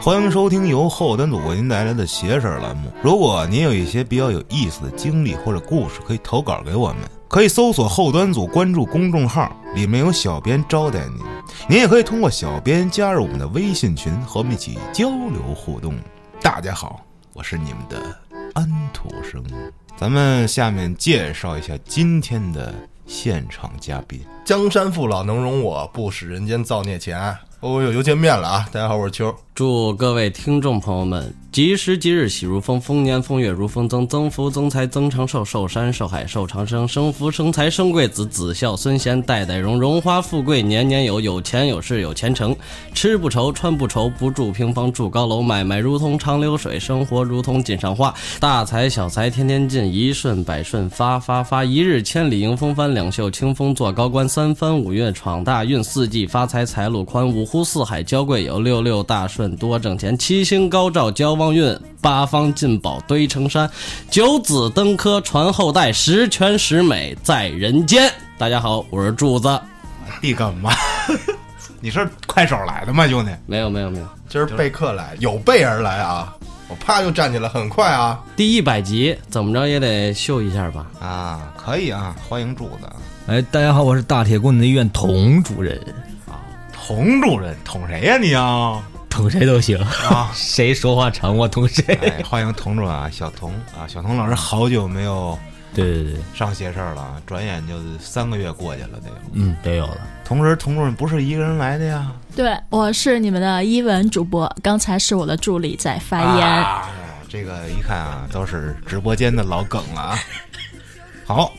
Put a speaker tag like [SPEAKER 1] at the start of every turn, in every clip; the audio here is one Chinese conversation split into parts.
[SPEAKER 1] 欢迎收听由后端组为您带来的“邪事儿”栏目。如果您有一些比较有意思的经历或者故事，可以投稿给我们。可以搜索“后端组”，关注公众号，里面有小编招待您。您也可以通过小编加入我们的微信群，和我们一起交流互动。大家好，我是你们的安徒生。咱们下面介绍一下今天的现场嘉宾。
[SPEAKER 2] 江山父老能容我，不使人间造孽钱。哦呦，又见面了啊！大家好，我是秋儿。
[SPEAKER 3] 祝各位听众朋友们吉时吉日喜如风，丰年丰月如风增，增福增财增长寿，寿山寿海寿长生，生福生财生贵子，子孝孙贤，代代荣，荣华富贵年年有，有钱有势有前程，吃不愁穿不愁，不住平房住高楼，买卖如同长流水，生活如同锦上花，大财小财天天进，一顺百顺发发发，一日千里迎风帆，两袖清风做高官，三番五月闯大运，四季发财财路宽，五湖四海交贵友，六六大顺多挣钱，七星高照交旺运，八方进宝堆成山，九子登科传后代，十全十美在人间。大家好，我是柱子，
[SPEAKER 1] 你干嘛？你是快手来的吗，兄弟？
[SPEAKER 3] 没有没有没有，
[SPEAKER 2] 今儿备课来，有备而来啊！我啪就站起来，很快啊！
[SPEAKER 3] 第一百集怎么着也得秀一下吧。
[SPEAKER 1] 啊，可以啊，欢迎柱子啊。
[SPEAKER 4] 哎，大家好，我是大铁棍子医院童主任，
[SPEAKER 1] 捅啊主任，捅谁呀、你啊？
[SPEAKER 4] 捅谁都行
[SPEAKER 1] 啊
[SPEAKER 4] 谁说话长我捅谁。
[SPEAKER 1] 哎，欢迎童主任啊，小童啊，小童老师好久没有
[SPEAKER 4] 对对对，
[SPEAKER 1] 上邪事儿了啊，转眼就三个月过去了得有。
[SPEAKER 4] 嗯，得有了。
[SPEAKER 1] 同时，童主任不是一个人来的呀，
[SPEAKER 5] 对，我是你们的一文主播，刚才是我的助理在发言。
[SPEAKER 1] 啊，这个一看啊，都是直播间的老梗了 啊。好，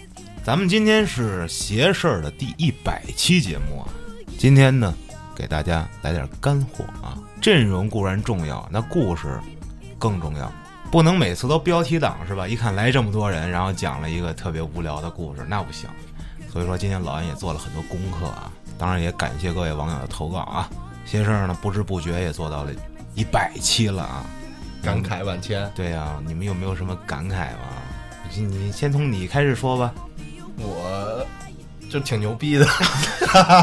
[SPEAKER 1] 咱们今天是邪事儿的第一百期节目啊。今天呢，给大家来点干货啊。阵容固然重要，那故事更重要。不能每次都标题党是吧？一看来这么多人，然后讲了一个特别无聊的故事，那不行。所以说，今天老安也做了很多功课啊。当然，也感谢各位网友的投稿啊。邪事儿呢，不知不觉也做到了一百期了啊。
[SPEAKER 2] 感慨万千。
[SPEAKER 1] 对呀、你们有没有什么感慨吗？你你先从你开始说吧，
[SPEAKER 2] 我就挺牛逼的，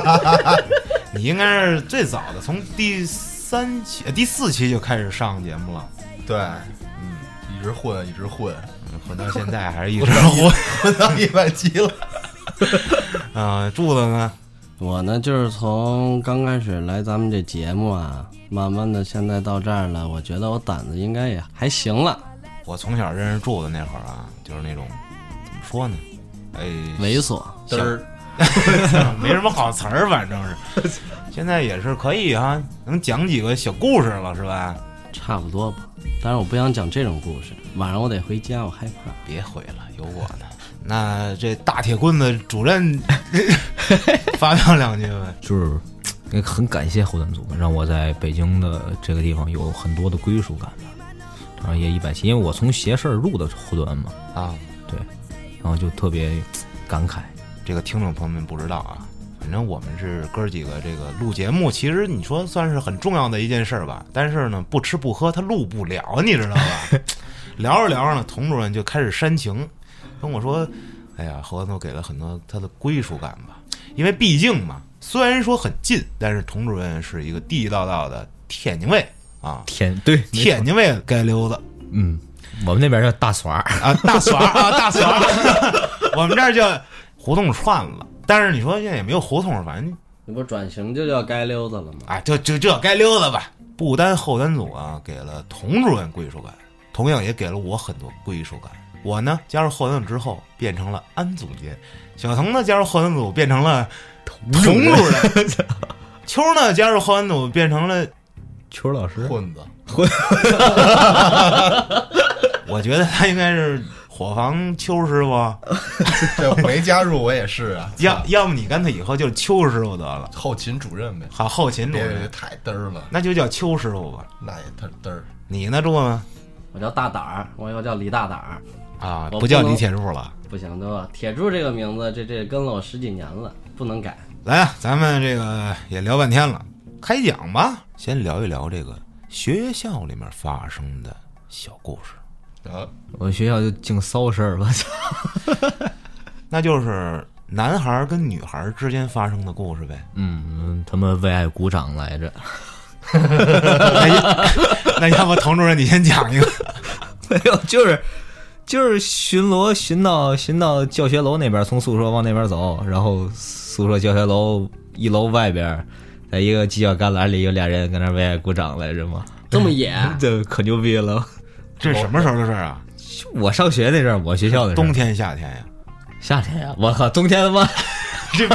[SPEAKER 1] 你应该是最早的，从第三期、呃第四期就开始上节目了，
[SPEAKER 2] 对，嗯，一直混，一直混，
[SPEAKER 1] 嗯混到现在还是一 直混。
[SPEAKER 2] 混到一百级了。
[SPEAKER 1] 嗯，柱子呢？
[SPEAKER 3] 我呢，就是从刚开始来咱们这节目啊，慢慢的现在到这儿了，我觉得我胆子应该也还行了，
[SPEAKER 1] 我从小认识柱子那会儿啊，就是那种怎么说呢？哎，
[SPEAKER 3] 猥琐。
[SPEAKER 2] 嘚儿，
[SPEAKER 1] 没什么好词儿，反正是。现在也是可以啊，能讲几个小故事了是吧？
[SPEAKER 3] 差不多吧，但是我不想讲这种故事，晚上我得回家，我害怕。
[SPEAKER 1] 别回了，有我呢。那这大铁棍子主 任发表两句呗。
[SPEAKER 4] 就是也很感谢后端组，让我在北京的这个地方有很多的归属感吧。当然也一百期，因为我从邪事儿入的后端嘛，
[SPEAKER 1] 啊，
[SPEAKER 4] 然后就特别感慨。
[SPEAKER 1] 这个听众朋友们不知道啊，反正我们是哥儿几个这个录节目，其实你说算是很重要的一件事儿吧。但是呢，不吃不喝他录不了，你知道吧？ 聊着聊着呢，童主任就开始煽情，跟我说：“哎呀，何总给了很多他的归属感吧，因为毕竟嘛，虽然说很近，但是童主任是一个地地道道的天津卫啊，
[SPEAKER 4] 天对
[SPEAKER 1] 天，津卫街溜子。”
[SPEAKER 4] 嗯，我们那边叫大耍儿，
[SPEAKER 1] 啊，大耍 儿啊，大耍儿， 我们这儿叫胡同串子。但是你说哎现在也没有胡同，反正
[SPEAKER 3] 你不转型就叫街溜子了吗？
[SPEAKER 1] 啊，就就这该溜达吧。不单后单组啊给了童主任归属感，同样也给了我很多归属感。我呢加入后单组之后变成了安组监，小童呢加入后单组变成了童主任，秋儿呢加入后单组变成了，
[SPEAKER 4] 秋老师
[SPEAKER 2] 混子，
[SPEAKER 1] 我觉得他应该是伙房秋师傅，
[SPEAKER 2] 这没加入我也是啊。
[SPEAKER 1] 要要么你干脆以后就是秋师傅得了，
[SPEAKER 2] 后勤主任呗，
[SPEAKER 1] 好后勤主
[SPEAKER 2] 别
[SPEAKER 1] 任
[SPEAKER 2] 别。太嘚儿了，
[SPEAKER 1] 那就叫邱师傅吧。
[SPEAKER 2] 那也太嘚儿。
[SPEAKER 1] 你呢，柱子？
[SPEAKER 3] 我叫大胆儿，我以后叫李大胆儿，
[SPEAKER 1] 啊，
[SPEAKER 3] 我
[SPEAKER 1] 不叫
[SPEAKER 3] 不能
[SPEAKER 1] 李铁柱了。
[SPEAKER 3] 不行对吧？ 铁柱这个名字，这这跟了我十几年了，不能 改。
[SPEAKER 1] 来啊，咱们这个也聊半天了，开讲吧。先聊一聊这个学校里面发生的小故事，
[SPEAKER 2] 啊，
[SPEAKER 4] 我学校就净骚事儿，我操！
[SPEAKER 1] 那就是男孩跟女孩之间发生的故事呗。
[SPEAKER 4] 嗯，他们为爱鼓掌来着。
[SPEAKER 1] 那要那要不滕主任你先讲 一个？
[SPEAKER 4] 没有，就是就是巡逻巡到巡到教学楼那边，从宿舍往那边走，然后宿舍教学楼一楼外边，在一个犄角旮旯里有俩人搁那为爱鼓掌来着嘛，
[SPEAKER 3] 这么 野，
[SPEAKER 4] 这可牛逼了！
[SPEAKER 1] 这是什么时候的事儿啊？
[SPEAKER 4] 就我上学那阵儿，我学校的时候
[SPEAKER 1] 冬天、夏天呀？
[SPEAKER 4] 夏天呀、我靠，冬天他 妈这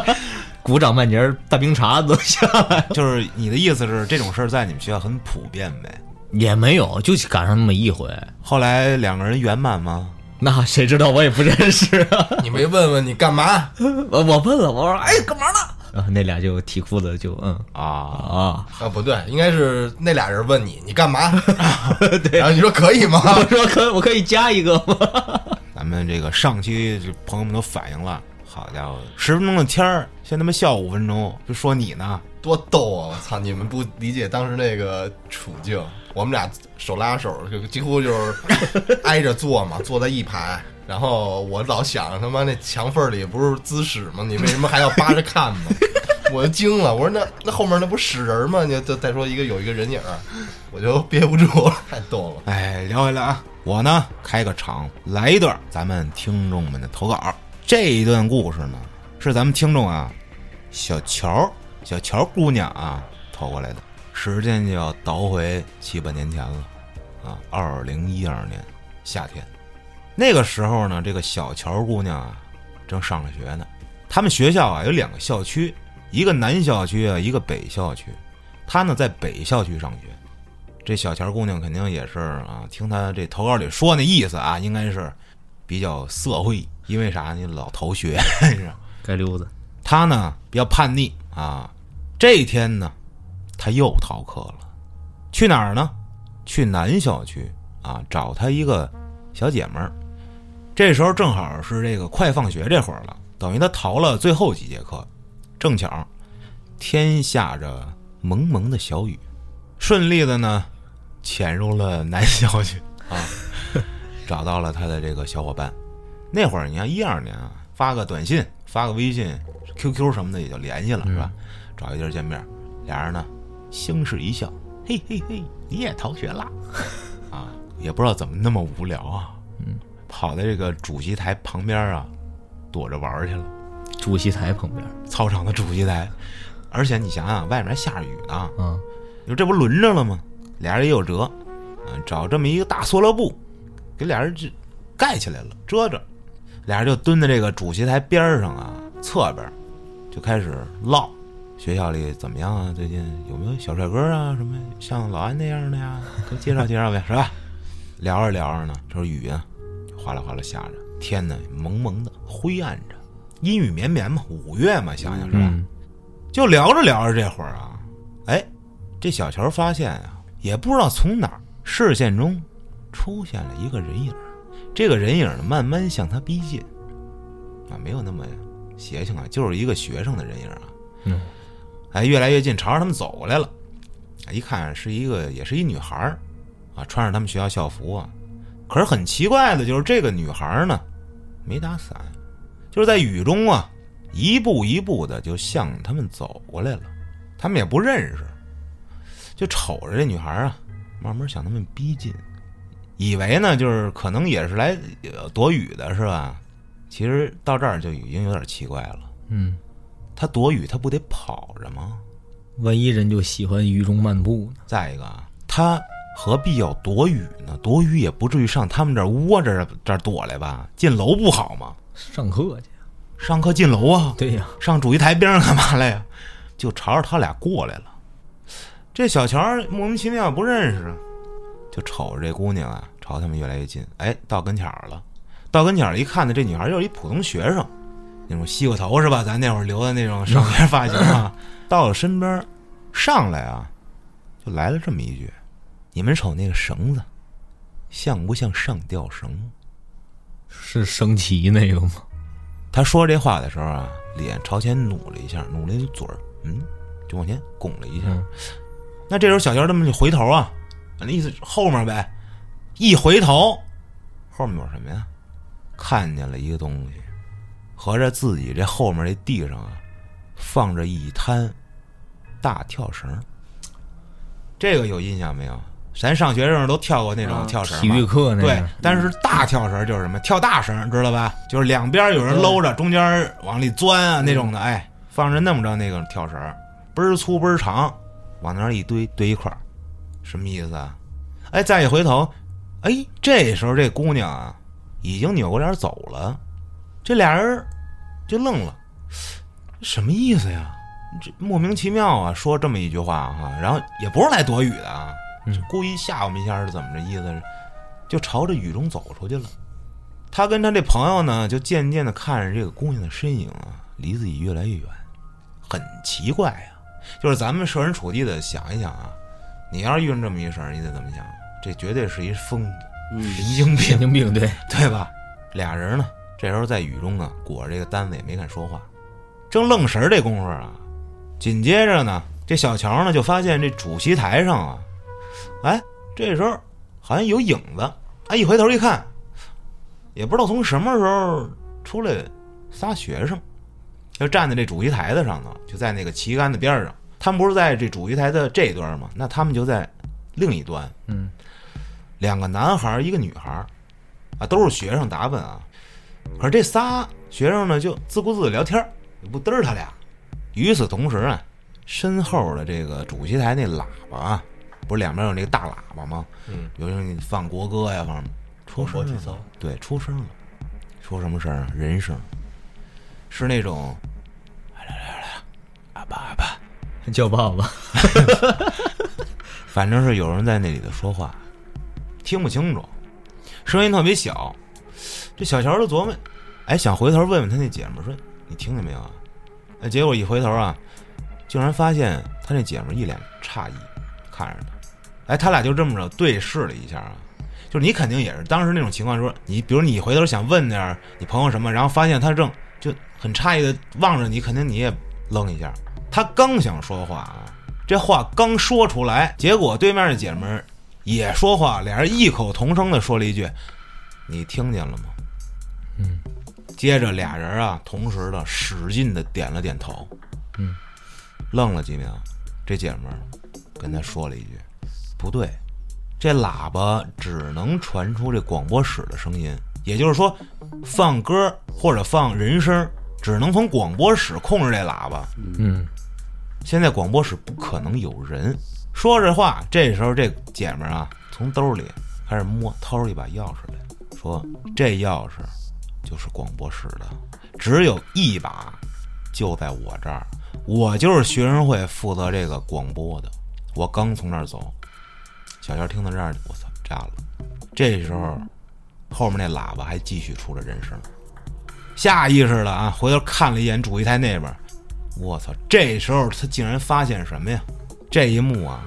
[SPEAKER 4] 鼓掌半截儿大冰碴子都下来了，
[SPEAKER 1] 就是你的意思是这种事儿在你们学校很普遍呗？
[SPEAKER 4] 也没有，就赶上那么一回。
[SPEAKER 1] 后来两个人圆满吗？
[SPEAKER 4] 那谁知道我也不认识啊！
[SPEAKER 2] 你没问问你干嘛？
[SPEAKER 4] 我我问了，我说哎干嘛呢？然后那俩就提裤子就嗯
[SPEAKER 1] 啊，
[SPEAKER 4] 啊，
[SPEAKER 2] 啊，不对，应该是那俩人问你你干嘛？
[SPEAKER 4] 啊
[SPEAKER 2] 对，然后你说可以吗？
[SPEAKER 4] 我说可我可以加一个吗？
[SPEAKER 1] 咱们这个上期这朋友们都反映了，好家伙，十分钟的天儿，先他妈笑五分钟，就说你呢，
[SPEAKER 2] 多逗啊！我操，你们不理解当时那个处境，我们俩手拉手，就几乎就是 挨着坐嘛，坐在一排。然后我老想他妈那墙缝里不是滋屎吗？你为什么还要扒着看吗？我就惊了，我说那那后面那不是屎人吗？你再再说一个有一个人影儿，我就憋不住了，太逗了。
[SPEAKER 1] 哎，聊回来啊，我呢开个场，来一段咱们听众们的投稿。这一段故事呢，是咱们听众啊，小乔，小乔姑娘啊投过来的，时间就要倒回七八年前了，啊，二零一二年夏天，那个时候呢，这个小乔姑娘啊正上着学呢。他们学校啊有两个校区，一个南校区啊，一个北校区。她呢在北校区上学，这小乔姑娘肯定也是啊，听她这投稿里说那意思啊，应该是比较社会，因为啥呢？老逃学。 是吧
[SPEAKER 4] 该溜子
[SPEAKER 1] 她呢比较叛逆啊。这一天呢，她又逃课了，去哪儿呢？去南校区啊，找她一个小姐们儿。这时候正好是这个快放学这会儿了，等于她逃了最后几节课，正巧天下着蒙蒙的小雨，顺利的呢潜入了南校区啊，找到了他的这个小伙伴。那会儿你看一二年啊，发个短信、发个微信、QQ 什么的也就联系了，是吧？找一地儿见面，俩人呢相视一笑，嘿嘿嘿，你也逃学啦啊！也不知道怎么那么无聊啊，嗯，跑到这个主席台旁边啊躲着玩儿去了。
[SPEAKER 4] 主席台旁边，
[SPEAKER 1] 操场的主席台，而且你想想，外面还下着雨呢，
[SPEAKER 4] 嗯，
[SPEAKER 1] 你说这不轮着了吗？俩人也有辙，嗯，找这么一个大塑料布，给俩人这盖起来了，遮着，俩人就蹲在这个主席台边儿上啊，侧边儿就开始唠，学校里怎么样啊？最近有没有小帅哥啊？什么像老安那样的呀？给我介绍介绍呗，是吧？聊着聊着呢，这时候雨啊，哗啦哗啦下着，天呢蒙蒙的，灰暗着，阴雨绵绵嘛，五月嘛，想想是吧？
[SPEAKER 4] 嗯
[SPEAKER 1] 就聊着聊着这会儿啊，哎，这小乔发现啊，也不知道从哪儿视线中出现了一个人影儿，这个人影儿呢慢慢向他逼近，啊，没有那么邪性啊，就是一个学生的人影儿啊，
[SPEAKER 4] 嗯，
[SPEAKER 1] 哎，越来越近，朝着他们走过来了，啊一看是一个也是一女孩儿，啊，穿着他们学校校服啊，可是很奇怪的就是这个女孩儿呢，没打伞，就是在雨中啊，一步一步的就向他们走过来了。他们也不认识，就瞅着这女孩啊，慢慢向他们逼近，以为呢就是可能也是来呃躲雨的，是吧？其实到这儿就已经有点奇怪了。
[SPEAKER 4] 嗯，
[SPEAKER 1] 他躲雨，他不得跑着吗？
[SPEAKER 4] 万一人就喜欢雨中漫步呢？
[SPEAKER 1] 再一个啊，他何必要躲雨呢？躲雨也不至于上他们这儿窝着这儿躲来吧？进楼不好吗？
[SPEAKER 4] 上课去？
[SPEAKER 1] 上课进楼啊，
[SPEAKER 4] 对呀、
[SPEAKER 1] 上主席台边上干嘛来呀？就朝着他俩过来了。这小乔莫名其妙不认识，就瞅着这姑娘啊，朝他们越来越近。哎，到跟前儿了，到跟前儿一看呢，这女孩就是一普通学生，那种西瓜头是吧？咱那会儿留的那种上学发型啊。到了身边儿，上来啊，就来了这么一句：“你们瞅那个绳子，像不像上吊绳？”
[SPEAKER 4] 是升旗那个吗？
[SPEAKER 1] 他说这话的时候啊，脸朝前努了一下，努了一嘴儿，嗯，就往前拱了一下。
[SPEAKER 4] 嗯
[SPEAKER 1] 那这时候小乔他们就回头啊，那意思后面呗。一回头，后面有什么呀？看见了一个东西，合着自己这后面这地上啊，放着一滩大跳绳。这个有印象没有？咱上学时候都跳过那种跳绳嘛、
[SPEAKER 4] 啊体育课那
[SPEAKER 1] 对
[SPEAKER 4] 个，，
[SPEAKER 1] 但是大跳绳就是什么跳大绳，知道吧？就是两边有人搂着，中间往里钻啊那种的，哎，放人那么着那个跳绳，倍儿粗倍儿长，往那儿一堆堆一块儿，什么意思啊？哎，再一回头，哎，这时候这姑娘啊已经扭过脸走了，这俩人就愣了，什么意思呀？这莫名其妙啊，说这么一句话哈、然后也不是来躲雨的啊，就故意吓我们一下是怎么着意思？就朝着雨中走出去了。他跟他这朋友呢，就渐渐的看着这个姑娘的身影啊，离自己越来越远，很奇怪呀、就是咱们设身处地的想一想啊，你要是遇上这么一事儿，你得怎么想？这绝对是一疯子，
[SPEAKER 3] 嗯
[SPEAKER 1] 神经病，
[SPEAKER 4] 神经病对，
[SPEAKER 1] 对吧？俩人呢，这时候在雨中啊，裹着这个单子也没敢说话，正愣神儿这功夫啊，紧接着呢，这小乔呢就发现这主席台上啊，哎，这时候好像有影子，哎，一回头一看，也不知道从什么时候出来仨学生，就站在这主席台子上呢，就在那个旗杆的边儿上。他们不是在这主席台的这一端吗？那他们就在另一端。嗯，两个男孩儿，一个女孩儿，啊，都是学生打扮啊。可是这仨学生呢，就自顾自地聊天儿，也不嘚儿他俩。与此同时啊，身后的这个主席台那喇叭啊，不是两边有那个大喇叭吗？
[SPEAKER 2] 嗯，
[SPEAKER 1] 有时候你放国歌呀，放什么出声
[SPEAKER 2] 广播体
[SPEAKER 1] 了
[SPEAKER 2] 操
[SPEAKER 1] 对，出声了，出什么声儿？啊人声，是那种
[SPEAKER 4] 叫爸爸，
[SPEAKER 1] 反正是有人在那里头说话，听不清楚，声音特别小。这小乔就琢磨，哎，想回头问问他那姐们儿说：“你听见没有啊？”哎，结果一回头啊，竟然发现他那姐们儿一脸诧异看着他。哎，他俩就这么着对视了一下啊，就是你肯定也是当时那种情况说你比如你回头想问点儿你朋友什么，然后发现他正就很诧异的望着你，肯定你也愣一下。他刚想说话啊，这话刚说出来，结果对面的姐们儿也说话，俩人异口同声的说了一句：“你听见了吗？”嗯。接着俩人啊，同时的使劲的点了点头。
[SPEAKER 4] 嗯。
[SPEAKER 1] 愣了几秒，这姐们儿跟他说了一句：“不对，这喇叭只能传出这广播室的声音，也就是说，放歌或者放人声，只能从广播室控制这喇叭。
[SPEAKER 4] 嗯，
[SPEAKER 1] 现在广播室不可能有人。说着话，这时候这姐们儿啊，从兜里开始摸，掏出一把钥匙来说：“这钥匙就是广播室的，只有一把，就在我这儿。我就是学生会负责这个广播的。我刚从那儿走，小乔听到这儿，我操，炸了！这时候，后面那喇叭还继续出着人声。下意识的啊，回头看了一眼主席台那边，我操！这时候他竟然发现什么呀？这一幕啊，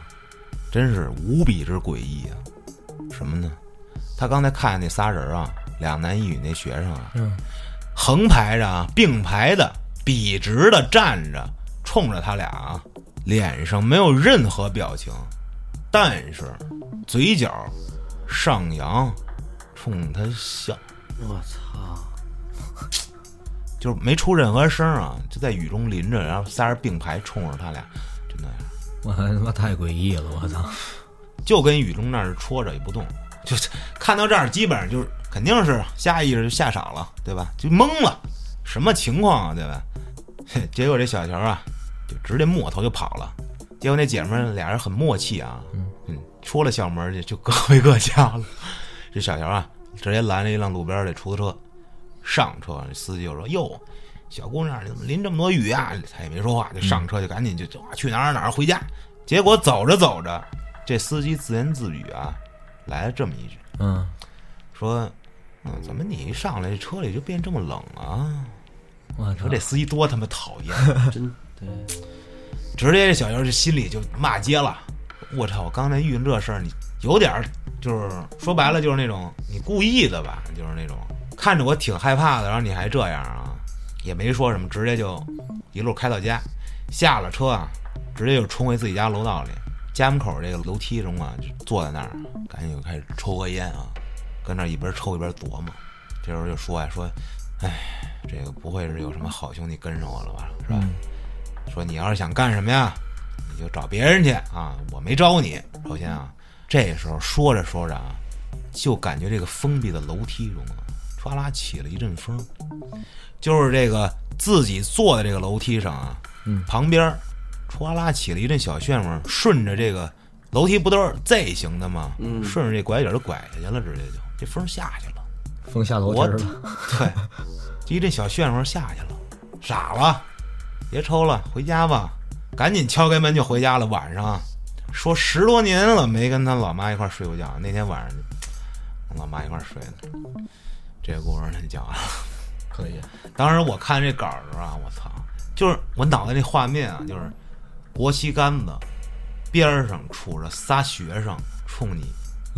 [SPEAKER 1] 真是无比之诡异啊！什么呢？他刚才看见那仨人啊，两男一女那学生啊，
[SPEAKER 4] 嗯
[SPEAKER 1] 横排着啊，并排的，笔直的站着，冲着他俩啊，脸上没有任何表情，但是嘴角上扬，冲他笑。
[SPEAKER 3] 我操！
[SPEAKER 1] 就是没出任何声儿啊，就在雨中淋着，然后仨人并排冲着他俩，就那样，
[SPEAKER 4] 我他妈太诡异了，我操！
[SPEAKER 1] 就跟雨中那儿戳着也不动。就是看到这儿，基本上就是肯定是下意识就吓傻了，对吧？就懵了，什么情况啊，对吧？嘿结果这小乔啊，就直接抹头就跑了。结果那姐们儿俩人很默契啊，嗯，出了校门就就各回各家了。这小乔啊，直接拦了一辆路边儿的出租车，上车，这司机就说：“哟，小姑娘，你怎么淋这么多雨啊？”他也没说话，就上车就赶紧就就啊去哪儿哪儿回家。结果走着走着，这司机自言自语啊，来了这么一句，
[SPEAKER 4] 嗯，
[SPEAKER 1] 说：“嗯，怎么你一上来这车里就变这么冷啊？”
[SPEAKER 4] 我
[SPEAKER 1] 你说
[SPEAKER 4] 操
[SPEAKER 1] 这！司机多他妈讨厌！
[SPEAKER 3] 真对，
[SPEAKER 1] 直接这小乔就心里就骂街了。我操！我刚才遇上这事儿，你有点儿就是说白了就是那种你故意的吧，就是那种看着我挺害怕的，然后你还这样啊，也没说什么，直接就一路开到家，下了车啊，直接就冲回自己家楼道里，家门口这个楼梯中啊，就坐在那儿，赶紧就开始抽个烟啊，跟那儿一边抽一边琢磨。这时候就说呀、说，哎，这个不会是有什么好兄弟跟上我了吧，是吧？说你要是想干什么呀，你就找别人去啊，我没招你。首先啊，这时候说着说着啊，就感觉这个封闭的楼梯中啊，唰啦起了一阵风，就是这个自己坐的这个楼梯上啊，旁边儿唰啦起了一阵小旋风，顺着这个楼梯不都是 Z 型的吗？顺着这拐角就拐下去了，直接就这风下去了。
[SPEAKER 4] 风下楼
[SPEAKER 1] 我
[SPEAKER 4] 梯了，
[SPEAKER 1] 对，就一阵小旋风下去了，傻了，别抽了，回家吧，赶紧敲开门就回家了。晚上啊说十多年了没跟他老妈一块儿睡过觉，那天晚上就跟老妈一块儿睡的。这个故事他就讲完了。
[SPEAKER 2] 可以，
[SPEAKER 1] 当时我看这稿儿的时候啊，我操，就是我脑袋那画面啊，就是国旗杆子边儿上杵着仨学生冲你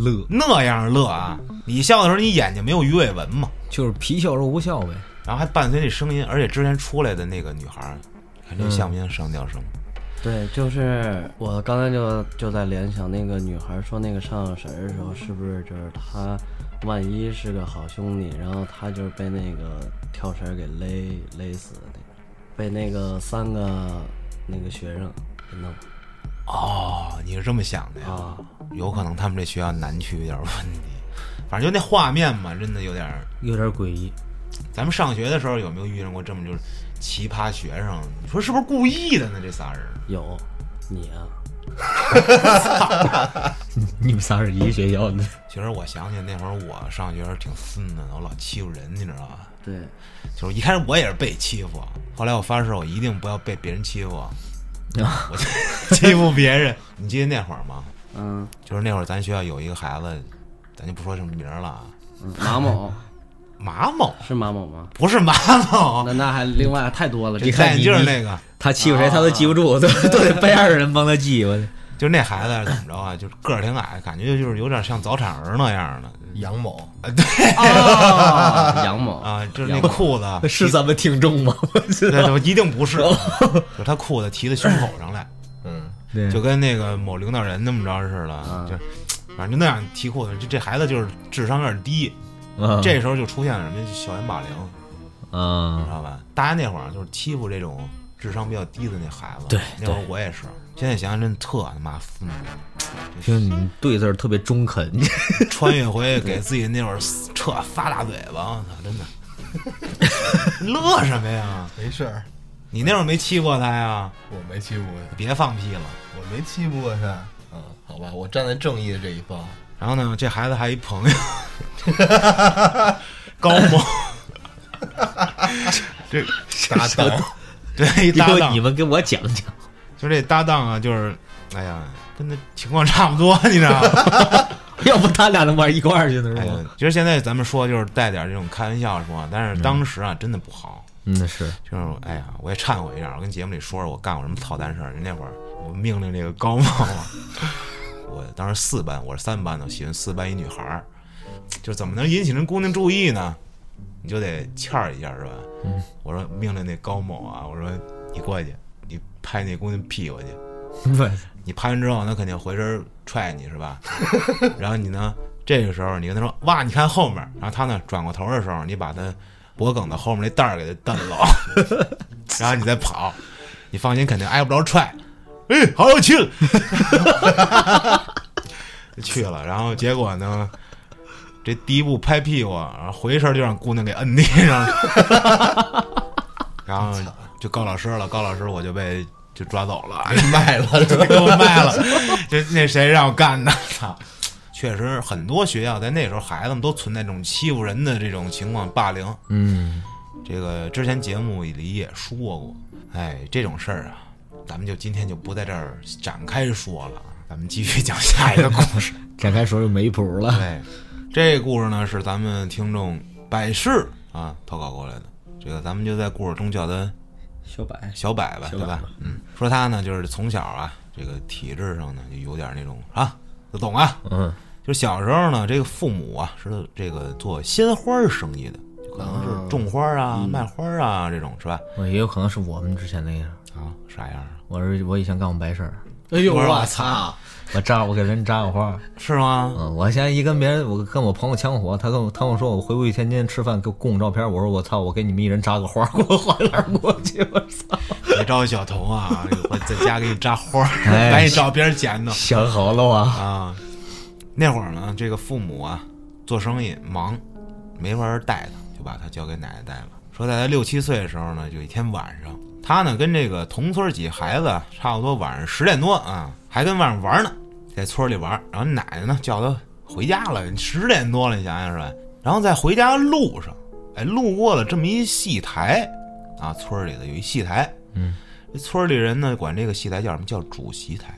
[SPEAKER 4] 乐
[SPEAKER 1] 那样乐啊！你笑的时候，你眼睛没有鱼尾纹嘛？
[SPEAKER 4] 就是皮笑肉不笑呗。
[SPEAKER 1] 然后还伴随这声音，而且之前出来的那个女孩儿，看这像不像上吊生？
[SPEAKER 3] 对，就是我刚才就就在联想那个女孩说那个上神儿的时候，是不是就是她万一是个好兄弟，然后她就是被那个跳绳儿给勒勒死的那个，被那个三个那个学生给弄
[SPEAKER 1] 哦，你是这么想的呀？
[SPEAKER 3] 啊，
[SPEAKER 1] 有可能他们这学校南区有点问题， 反正就那画面嘛，真的有点儿。
[SPEAKER 4] 有点诡异，
[SPEAKER 1] 咱们上学的时候有没有遇见过这么就是奇葩学生？你说是不是故意的呢？这仨人儿
[SPEAKER 3] 有你啊，
[SPEAKER 4] 你们仨是一个学校的，
[SPEAKER 1] 其实我想起那会儿我上学时候挺孙子的，我老欺负人，你知道吧？
[SPEAKER 3] 对，
[SPEAKER 1] 就是一开始我也是被欺负，后来我发誓我一定不要被别人欺 负，我就欺负别人。你记得那会儿吗？
[SPEAKER 3] 嗯，
[SPEAKER 1] 就是那会儿咱学校有一个孩子，咱就不说什么名儿了，啊，
[SPEAKER 3] 嗯马某
[SPEAKER 1] 马某
[SPEAKER 3] 是马某吗？
[SPEAKER 1] 不是马某，
[SPEAKER 3] 那那还另外太多了，
[SPEAKER 1] 就
[SPEAKER 3] 这
[SPEAKER 1] 戴眼镜儿那个，
[SPEAKER 4] 他欺负谁他都记不住，都 都得掰二人帮他记。我
[SPEAKER 1] 就是那孩子怎么着啊？就是个儿挺矮，感觉就是有点像早产儿那样的
[SPEAKER 2] 杨某，哎
[SPEAKER 3] 哦杨某
[SPEAKER 1] 啊，就是那裤子
[SPEAKER 4] 是咱们听众吗？我知
[SPEAKER 1] 对，
[SPEAKER 4] 道，
[SPEAKER 1] 就一定不是，就是他裤子提到胸口上来，
[SPEAKER 2] 嗯，
[SPEAKER 4] 对嗯
[SPEAKER 1] 就跟那个某领导人那么着似的，就。反正就那样提裤子，就这孩子就是智商有点低。
[SPEAKER 4] 啊
[SPEAKER 1] 这时候就出现了什么校园霸凌，你知
[SPEAKER 4] 啊，
[SPEAKER 1] 道吧？大家那会儿就是欺负这种智商比较低的那孩子。
[SPEAKER 4] 对
[SPEAKER 1] 那会儿我也是。现在想想真特他妈孙子，
[SPEAKER 4] 听你对字儿特别中肯，
[SPEAKER 1] 穿越回给自己那会儿彻发大嘴巴，我操，真的。 乐什么呀？
[SPEAKER 2] 没事儿，
[SPEAKER 1] 你那会儿没欺负他呀？
[SPEAKER 2] 我没欺负过他，
[SPEAKER 1] 别放屁了。
[SPEAKER 2] 我没欺负过他，嗯，好吧，我站在正义的这一方，
[SPEAKER 1] 然后呢，这孩子还有一朋友，高某，这
[SPEAKER 2] 搭档，
[SPEAKER 1] 对一
[SPEAKER 4] 以
[SPEAKER 1] 搭
[SPEAKER 4] 后
[SPEAKER 1] 档
[SPEAKER 4] 你，们给我讲讲。
[SPEAKER 1] 就这搭档啊，就是，哎呀，跟那情况差不多，你 知道吗？
[SPEAKER 4] 要不他俩能玩一块儿去呢，
[SPEAKER 1] 哎
[SPEAKER 4] 是
[SPEAKER 1] 呀
[SPEAKER 4] 吗？，
[SPEAKER 1] 其实现在咱们说就是带点这种开玩笑说，但是当时啊、真的不好，
[SPEAKER 4] 嗯，是
[SPEAKER 1] 就是哎呀，我也忏悔一下，我跟节目里说说我干过什么操蛋事儿。人那会儿我命令这个高帽啊，我当时四班，我是三班的，我喜欢四班一女孩儿，就怎么能引起人姑娘注意呢？你就得欠儿一下是吧？我说命令那高某啊，我说你过去，你拍那姑娘屁股去。
[SPEAKER 4] 对，
[SPEAKER 1] 你拍完之后，那肯定回身踹你是吧？ 然后你呢，这个时候你跟他说哇，你看后面，然后他呢转过头的时候，你把他脖梗的后面那带儿给他蹬了， 然后你再跑，你放心，肯定挨不着踹。哎，好有趣， 去了，然后结果呢？这第一步拍屁股，然后回身就让姑娘给摁地上了，然后就告老师了。告老师，我就被就抓走了。
[SPEAKER 2] 卖 了是吧？
[SPEAKER 1] 给我卖 了，就那谁让我干的？操！确实，很多学校在那时候孩子们都存在这种欺负人的这种情况，霸凌。
[SPEAKER 4] 嗯，
[SPEAKER 1] 这个之前节目里也说过，哎，这种事儿啊，咱们就今天就不在这儿展开说了，咱们继续讲下一个故 事。
[SPEAKER 4] 展开说就没谱了。
[SPEAKER 1] 对，这故事呢是咱们听众百事啊投稿过来的，这个咱们就在故事中叫他
[SPEAKER 3] 小柏
[SPEAKER 1] 小柏吧，对吧？嗯，说他呢，就是从小啊，这个体质上呢，就有点那种啊，都懂啊。
[SPEAKER 4] 嗯，
[SPEAKER 1] 就小时候呢，这个父母啊是这个做鲜花生意的，就可能是种花啊、卖花啊这种，是吧？
[SPEAKER 4] 我也有可能是我们之前那样。
[SPEAKER 1] 啊，啥样啊？
[SPEAKER 4] 我是我以前干过白事儿，
[SPEAKER 3] 哎呦
[SPEAKER 1] 我
[SPEAKER 3] 操！
[SPEAKER 4] 我扎我给人扎过花。
[SPEAKER 1] 是吗？
[SPEAKER 4] 嗯，我现在一跟别人，我跟我朋友呛火，他跟我他跟我说我回不去天津吃饭，给我供照片。我说我操，我给你们一人扎个花，给我还点过去。我操，
[SPEAKER 1] 别招小童啊， 我在家给你扎花儿，
[SPEAKER 4] 哎
[SPEAKER 1] 赶紧找别人捡呢
[SPEAKER 4] 想好了啊，
[SPEAKER 1] 啊。那会儿呢，这个父母啊做生意忙，没法儿带他，就把他交给奶奶带了。说在他六七岁的时候呢，有一天晚上，他呢跟这个同村几孩子差不多晚上十点多啊，还跟外面玩呢，在村里玩儿。然后奶奶呢叫他回家了，十点多了，你想想是吧？然后在回家的路上，哎，路过了这么一戏台啊，村里的有一戏台，嗯，这村里人呢管这个戏台叫什么？叫主席台。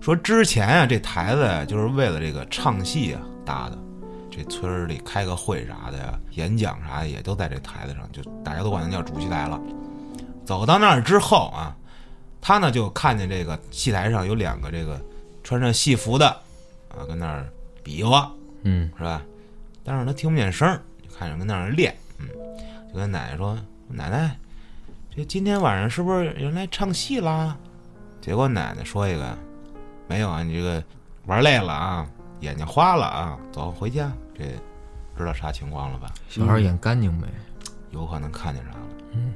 [SPEAKER 1] 说之前啊，这台子呀，就是为了这个唱戏啊搭的，这村儿里开个会啥的呀，演讲啥的也都在这台子上，就大家都管它叫主席台了。走到那儿之后啊，他呢就看见这个戏台上有两个这个穿着戏服的啊，跟那儿比划，呃
[SPEAKER 4] 嗯，
[SPEAKER 1] 是吧？但是他听不见声儿，就看着跟那儿练，嗯，就跟奶奶说：“奶奶，这今天晚上是不是有人来唱戏啦？”结果奶奶说一个。没有啊，你这个玩累了啊，眼睛花了啊，走回家。这知道啥情况了吧？
[SPEAKER 4] 小孩眼干净没？
[SPEAKER 1] 有可能看见啥了。嗯，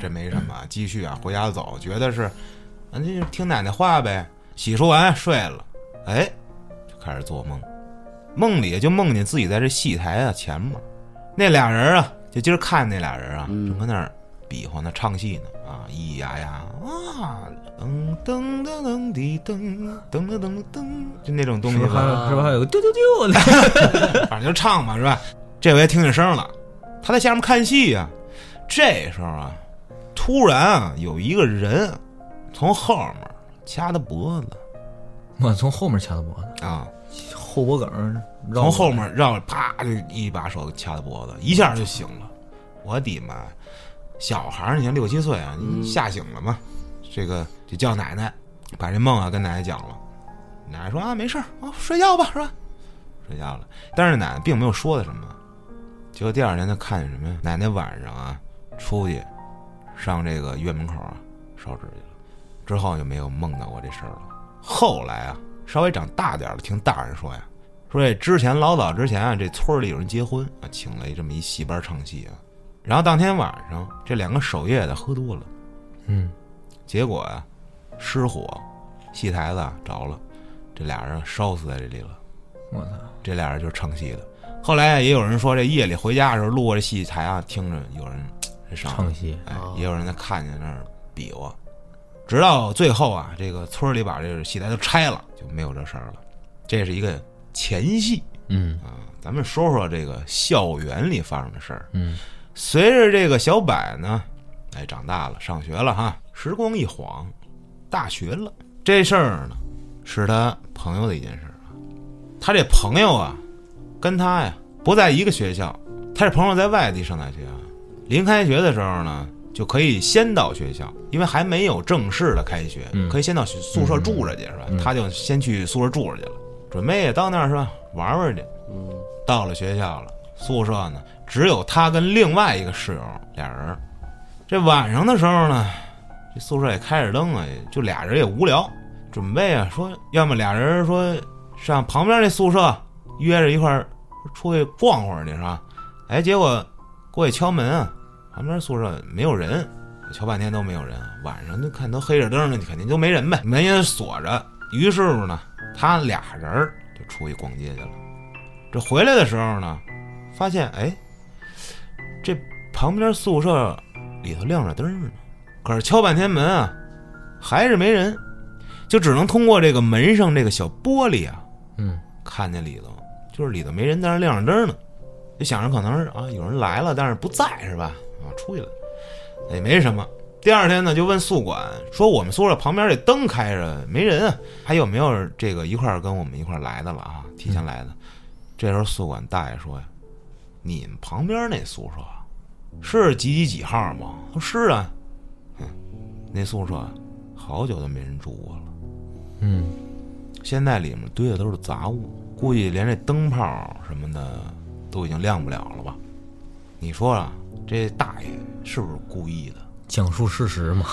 [SPEAKER 1] 这没什么啊，继续啊，回家走，觉得是，啊，那就听奶奶话呗。洗漱完睡了，哎，就开始做梦，梦里就梦见自己在这戏台啊前面，那俩人啊，就今儿看那俩人啊，正跟那儿比划呢，唱戏呢啊，咿咿呀呀啊，噔噔噔噔滴噔噔噔噔噔，就那种东
[SPEAKER 4] 是
[SPEAKER 1] 西
[SPEAKER 4] 不是还
[SPEAKER 1] 吧，
[SPEAKER 4] 有是不是还有个丢丢丢 的？
[SPEAKER 1] 反正就唱嘛，是吧？这回听见声了，他在下面看戏呀、这时候啊，突然啊，有一个人从后面掐他脖子
[SPEAKER 4] 我从后面掐的脖子，
[SPEAKER 1] 啊，
[SPEAKER 4] 后脖梗儿绕过
[SPEAKER 1] 从
[SPEAKER 4] 来
[SPEAKER 1] 后面绕着啪就一把手掐他脖子，一下就醒了。我的妈！小孩儿，你看六七岁啊，你吓醒了嘛？这个就叫奶奶，把这梦啊跟奶奶讲了。奶奶说啊，没事儿，啊，睡觉吧，是吧？睡觉了，但是奶奶并没有说的什么。结果第二天她看见什么呀？奶奶晚上啊出去上这个院门口啊烧纸去了，之后就没有梦到过这事儿了。后来啊，稍微长大点儿了，听大人说呀，说这之前老早之前啊，这村儿里有人结婚啊，请了这么一戏班儿唱戏啊，然后当天晚上这两个守夜的喝多了，
[SPEAKER 4] 嗯，
[SPEAKER 1] 结果啊，失火，戏台子啊着了，这俩人啊烧死在这里了。
[SPEAKER 4] 我操，
[SPEAKER 1] 这俩人就是唱戏的。后来啊也有人说，这夜里回家的时候路过这戏台啊，听着有人嘖上
[SPEAKER 4] 唱戏
[SPEAKER 1] 哎，也有人在看见那儿比划，直到最后啊，这个村儿里把这个戏台都拆了，就没有这事儿了。这是一个前戏，
[SPEAKER 4] 嗯
[SPEAKER 1] 啊，咱们说说这个校园里发生的事儿。
[SPEAKER 4] 嗯，
[SPEAKER 1] 随着这个小柏呢，哎，长大了，上学了哈，时光一晃，大学了。这事儿呢，是他朋友的一件事儿啊。他这朋友啊，跟他呀不在一个学校，他这朋友在外地上大学啊。临开学的时候呢，就可以先到学校，因为还没有正式的开学，可以先到宿舍住着去，是吧？他就先去宿舍住着去了，准备也到那儿是吧，玩玩去。到了学校了，宿舍呢只有他跟另外一个室友俩人儿。这晚上的时候呢，这宿舍也开着灯了，也就俩人也无聊，准备啊说，要么俩人说上旁边那宿舍约着一块儿出去逛会儿去是吧？哎，结果过去敲门啊，旁边宿舍没有人，我敲半天都没有人，晚上就看都黑着灯了，肯定就没人呗，门也锁着。于是乎呢，他俩人儿就出去逛街去了。这回来的时候呢，发现哎，这旁边宿舍里头亮着灯呢，可是敲半天门啊，还是没人，就只能通过这个门上这个小玻璃啊，
[SPEAKER 4] 嗯，
[SPEAKER 1] 看见里头，就是里头没人，但是亮着灯呢，就想着可能是啊有人来了，但是不在是吧？啊，出去了，也没什么。第二天呢，就问宿管说我们宿舍旁边这灯开着没人啊，还有没有这个一块儿跟我们一块儿来的了啊？提前来的。这时候宿管大爷说呀：“你们旁边那宿舍啊是几几几号吗？”我说：“是啊。”哼，那宿舍啊好久都没人住过了。
[SPEAKER 4] 嗯，
[SPEAKER 1] 现在里面堆的都是杂物，估计连这灯泡什么的都已经亮不了了吧？你说啊，这大爷是不是故意的？
[SPEAKER 4] 讲述事实嘛，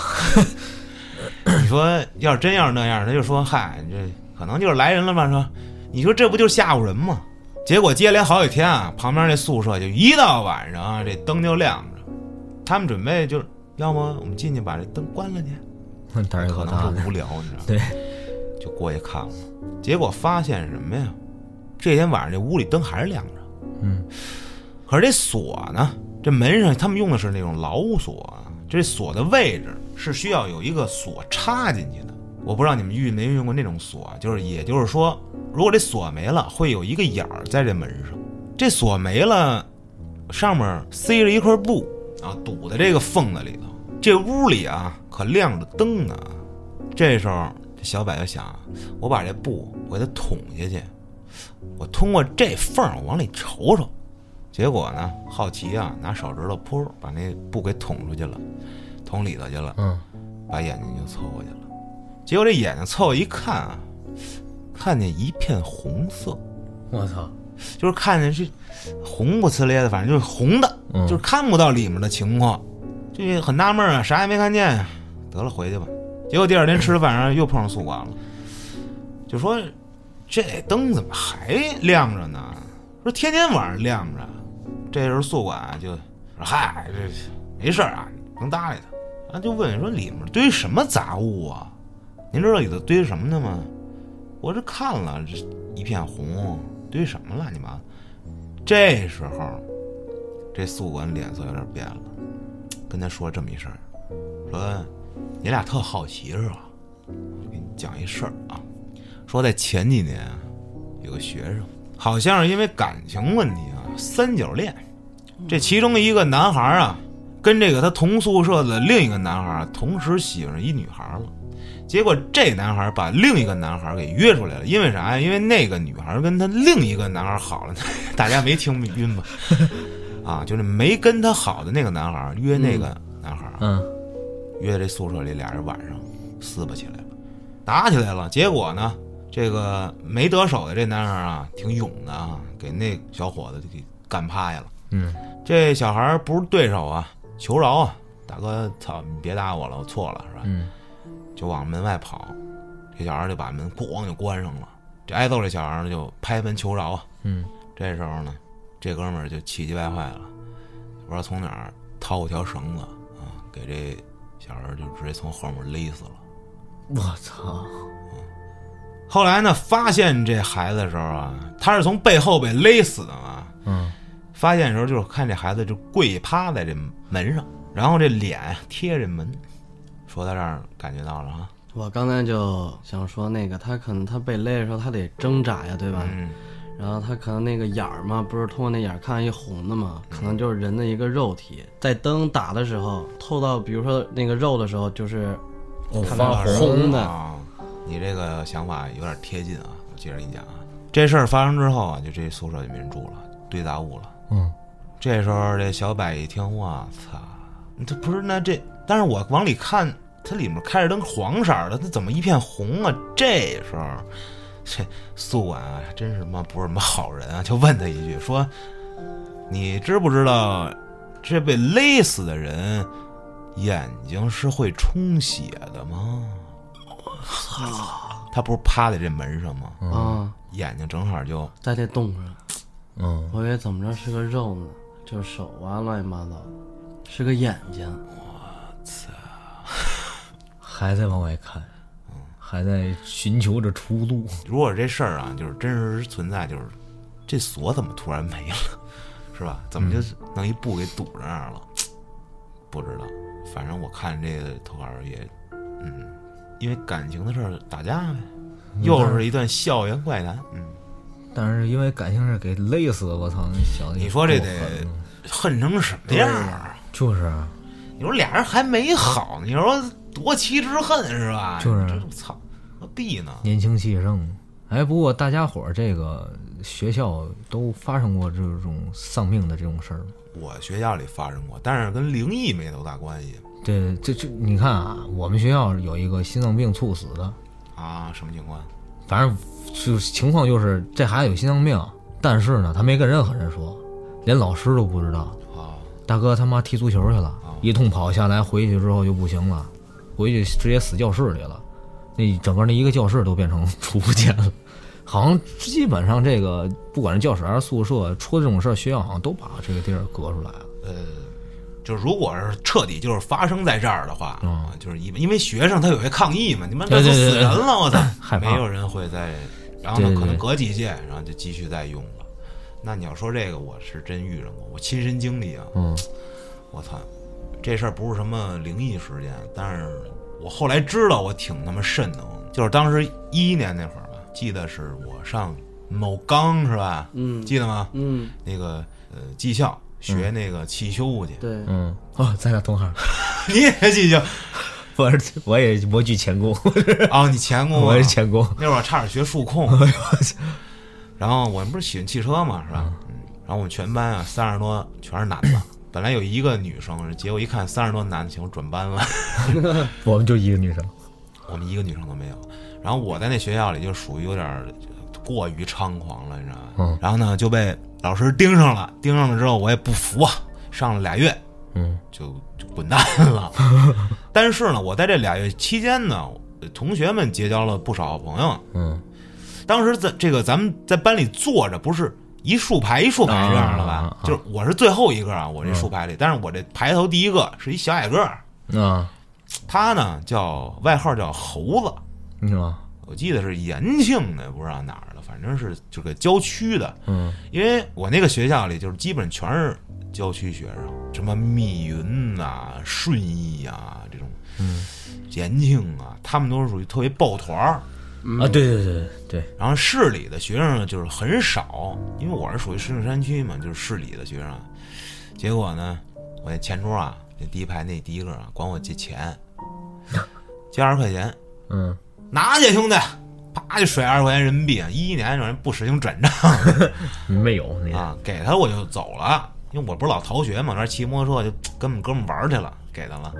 [SPEAKER 1] 你说要是真要是那样，他就说嗨，这可能就是来人了吧？说，你说这不就是吓唬人吗？结果接连好几天啊，旁边那宿舍就一到晚上啊，这灯就亮着，他们准备就要么我们进去把这灯关了去。
[SPEAKER 4] 胆儿也
[SPEAKER 1] 可
[SPEAKER 4] 够大
[SPEAKER 1] 能
[SPEAKER 4] 的
[SPEAKER 1] 是无聊，你知道吗？
[SPEAKER 4] 对，
[SPEAKER 1] 就过去看了。结果发现什么呀？这天晚上这屋里灯还是亮着，
[SPEAKER 4] 嗯，
[SPEAKER 1] 可是这锁呢，这门上他们用的是那种老锁啊，这锁的位置是需要有一个锁插进去的。我不知道你们遇没遇用过那种锁，啊就是也就是说，如果这锁没了，会有一个眼儿在这门上，这锁没了，上面塞着一块布啊，堵在这个缝子里头。这屋里啊，可亮着灯呢。这时候，这小柏就想，我把这布我给它捅下去，我通过这缝儿我往里瞅瞅。结果呢，好奇啊，拿手指头噗，把那布给捅出去了，捅里头去了，
[SPEAKER 2] 嗯，
[SPEAKER 1] 把眼睛就凑过去了。结果这眼睛凑过一看啊，看见一片红色，
[SPEAKER 3] 我操，
[SPEAKER 1] 就是看见是红不呲咧的，反正就是红的，就是看不到里面的情况，这很纳闷啊，啥也没看见呀。得了，回去吧。结果第二天吃了饭，然后又碰上宿管了，就说这灯怎么还亮着呢？说天天晚上亮着。哎这时候宿管啊就说：“嗨，这没事儿啊，甭搭理他。”然后就问说：“里面堆什么杂物啊？您知道里头堆什么的吗？”我这看了，这一片红，哦堆什么乱七八糟。这时候，这宿管脸色有点变了，跟他说这么一事儿，说你俩特好奇是吧？我给你讲一事儿啊，说在前几年啊有个学生，好像是因为感情问题啊，三角恋。这其中一个男孩啊，跟这个他同宿舍的另一个男孩啊同时喜欢上一女孩了。结果这男孩把另一个男孩给约出来了，因为啥呀？因为那个女孩跟他另一个男孩好了， 大家没听晕吧？ 啊，就是没跟他好的那个男孩约那个男孩，
[SPEAKER 4] 嗯，
[SPEAKER 1] 约这宿舍里俩人晚上撕巴起来了，打起来了。结果呢，这个没得手的这男孩啊，挺勇的啊，给那小伙子就给干趴下了。
[SPEAKER 4] 嗯，
[SPEAKER 1] 这小孩不是对手啊，求饶啊，大哥，操，你别打我了，我错了，是吧？
[SPEAKER 4] 嗯，
[SPEAKER 1] 就往门外跑。这小孩就把门咣就关上了。这挨揍这小孩就拍门求饶啊。
[SPEAKER 4] 嗯，
[SPEAKER 1] 这时候呢，这哥们儿就气急败坏了，不知道从哪儿掏过条绳子啊，给这小孩就直接从后面勒死了。
[SPEAKER 3] 我操，
[SPEAKER 1] 后来呢，发现这孩子的时候啊，他是从背后被勒死的嘛。
[SPEAKER 4] 嗯，
[SPEAKER 1] 发现的时候就是看这孩子就跪趴在这门上，然后这脸贴着门。说到这儿，感觉到了啊，
[SPEAKER 3] 我刚才就想说那个，他可能他被勒的时候，他得挣扎呀，对吧？
[SPEAKER 1] 嗯，
[SPEAKER 3] 然后他可能那个眼儿嘛，不是通过那眼儿看一红的嘛，可能就是人的一个肉体，在灯打的时候透到，比如说那个肉的时候，就是看到哦红的。
[SPEAKER 1] 啊，你这个想法有点贴近啊。我接着给你讲啊，这事儿发生之后啊，就这宿舍就没人住了，堆杂物了。
[SPEAKER 4] 嗯，
[SPEAKER 1] 这时候这小柏一听，我操，这不是那这，但是我往里看，它里面开着灯，黄色儿的，它怎么一片红啊？这时候，这宿管啊，真是他妈不是什么好人啊，就问他一句说：“你知不知道这被勒死的人眼睛是会充血的吗？”他不是趴在这门上吗？
[SPEAKER 3] 啊，
[SPEAKER 1] 眼睛正好就
[SPEAKER 3] 在这冻上，
[SPEAKER 4] 嗯，
[SPEAKER 3] 我以为怎么着是个肉呢，就是手啊，乱七八糟，是个眼睛，
[SPEAKER 4] 还在往外看，还在寻求着出路。
[SPEAKER 1] 如果这事儿啊，就是真实存在，就是这锁怎么突然没了，是吧？怎么就
[SPEAKER 4] 嗯
[SPEAKER 1] 弄一布给堵上那儿了？不知道，反正我看这个投稿也，嗯，因为感情的事儿打架呗，又是一段校园怪谈。嗯，
[SPEAKER 4] 但是因为感情事给累死，我操！那小子，
[SPEAKER 1] 你说这得恨成什么样啊？
[SPEAKER 4] 就是啊，
[SPEAKER 1] 你说俩人还没好呢，你说多期之恨是吧？
[SPEAKER 4] 就是
[SPEAKER 1] 这操，何必呢？
[SPEAKER 4] 年轻气盛。哎，不过大家伙儿这个学校都发生过这种丧命的这种事儿吗？
[SPEAKER 1] 我学校里发生过，但是跟灵异没多大关系
[SPEAKER 4] 对，这这你看啊，我们学校有一个心脏病猝死的，
[SPEAKER 1] 啊。什么情况？
[SPEAKER 4] 反正就是情况就是这孩子有心脏病，但是呢，他没跟任何人说，连老师都不知道。
[SPEAKER 1] 啊，
[SPEAKER 4] 大哥他妈踢足球去了，一通跑下来，回去之后就不行了，回去直接死教室里了，那整个那一个教室都变成 储物间了。好像基本上这个，不管是教室还是宿舍，出这种事儿，学校好像都把这个地儿隔出来了。
[SPEAKER 1] 呃，就如果是彻底就是发生在这儿的话，
[SPEAKER 4] 嗯
[SPEAKER 1] 就是因为因为学生他有一抗议嘛，你们这都
[SPEAKER 4] 对对
[SPEAKER 1] 死
[SPEAKER 4] 对
[SPEAKER 1] 人了，我操
[SPEAKER 4] 害，怕
[SPEAKER 1] 没有人会在。然后呢，
[SPEAKER 4] 对对对
[SPEAKER 1] 可能隔几届，然后就继续再用了。那你要说这个，我是真遇上过，我亲身经历啊，
[SPEAKER 4] 嗯，
[SPEAKER 1] 我操，这事儿不是什么灵异事件，但是我后来知道我挺他妈瘆得慌，就是当时一一年那会儿吧，记得是我上某钢是吧？
[SPEAKER 3] 嗯
[SPEAKER 1] 记得吗？
[SPEAKER 3] 嗯，
[SPEAKER 1] 那个呃技校学那个汽修去，
[SPEAKER 3] 对，
[SPEAKER 4] 嗯，哦，咱俩同行，
[SPEAKER 1] 你也技校
[SPEAKER 4] 我是我也模具钳工，
[SPEAKER 1] 啊？你钳工啊？
[SPEAKER 4] 我是哎钳工，
[SPEAKER 1] 那会儿差点学数控，然后我们不是喜欢汽车嘛，是吧？嗯然后我们全班啊，三十多全是男的，本来有一个女生，结果一看三十多男的，行，我转班了。
[SPEAKER 4] 我们就一个女生，
[SPEAKER 1] 我们一个女生都没有。然后我在那学校里就属于有点儿过于猖狂了，你知道吗？
[SPEAKER 4] 嗯
[SPEAKER 1] 然后呢就被老师盯上了，盯上了之后我也不服啊，上了俩月
[SPEAKER 4] 嗯
[SPEAKER 1] 就就滚蛋 了。但是呢，我在这俩月期间呢，同学们结交了不少朋友。
[SPEAKER 4] 嗯，
[SPEAKER 1] 当时在这个咱们在班里坐着，不是一竖排一竖排这样的吧？
[SPEAKER 4] 啊啊啊嗯
[SPEAKER 1] 就是我是最后一个啊，我这竖排里，但是我这排头第一个是一小矮个儿，
[SPEAKER 4] 啊，
[SPEAKER 1] 他呢叫外号叫猴子。
[SPEAKER 4] 你知道吗？
[SPEAKER 1] 我记得是延庆的，不知道哪儿的，反正是这个郊区的。
[SPEAKER 4] 嗯，
[SPEAKER 1] 因为我那个学校里就是基本全是郊区学生，什么密云呐、顺义啊这种，嗯，延庆啊，他们都是属于特别抱团儿。
[SPEAKER 4] 啊，对对对对对，
[SPEAKER 1] 然后市里的学生呢，就是很少，因为我是属于石景山区嘛，就是市里的学生。结果呢，我那前桌啊，那第一排那第一个啊，管我借钱，借二十块钱，
[SPEAKER 4] 嗯，
[SPEAKER 1] 拿去，兄弟！啪就甩二十块钱人民币，啊一一年让人不实行转账
[SPEAKER 4] 没有那个，
[SPEAKER 1] 啊， 给他我就走了，因为我不是老逃学嘛，那骑摩托车就跟我们哥们玩去了，给他了。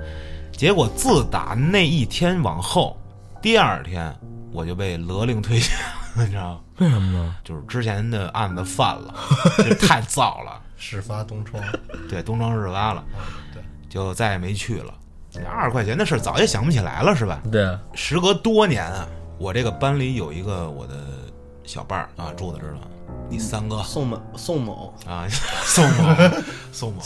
[SPEAKER 1] 结果自打那一天往后，第二天我就被勒令退学，你知道吗？
[SPEAKER 4] 为什么呢？
[SPEAKER 1] 就是之前的案子犯了， 就太燥了，
[SPEAKER 2] 事发东窗，
[SPEAKER 1] 对，东窗事发了，
[SPEAKER 2] 对，
[SPEAKER 1] 就再也没去了。那二十块钱的事儿早也想不起来了，是吧？
[SPEAKER 4] 对啊，
[SPEAKER 1] 时隔多年啊，我这个班里有一个我的小伴儿啊，住的知道，你三哥
[SPEAKER 3] 宋某宋某，
[SPEAKER 1] 啊，宋某，宋某，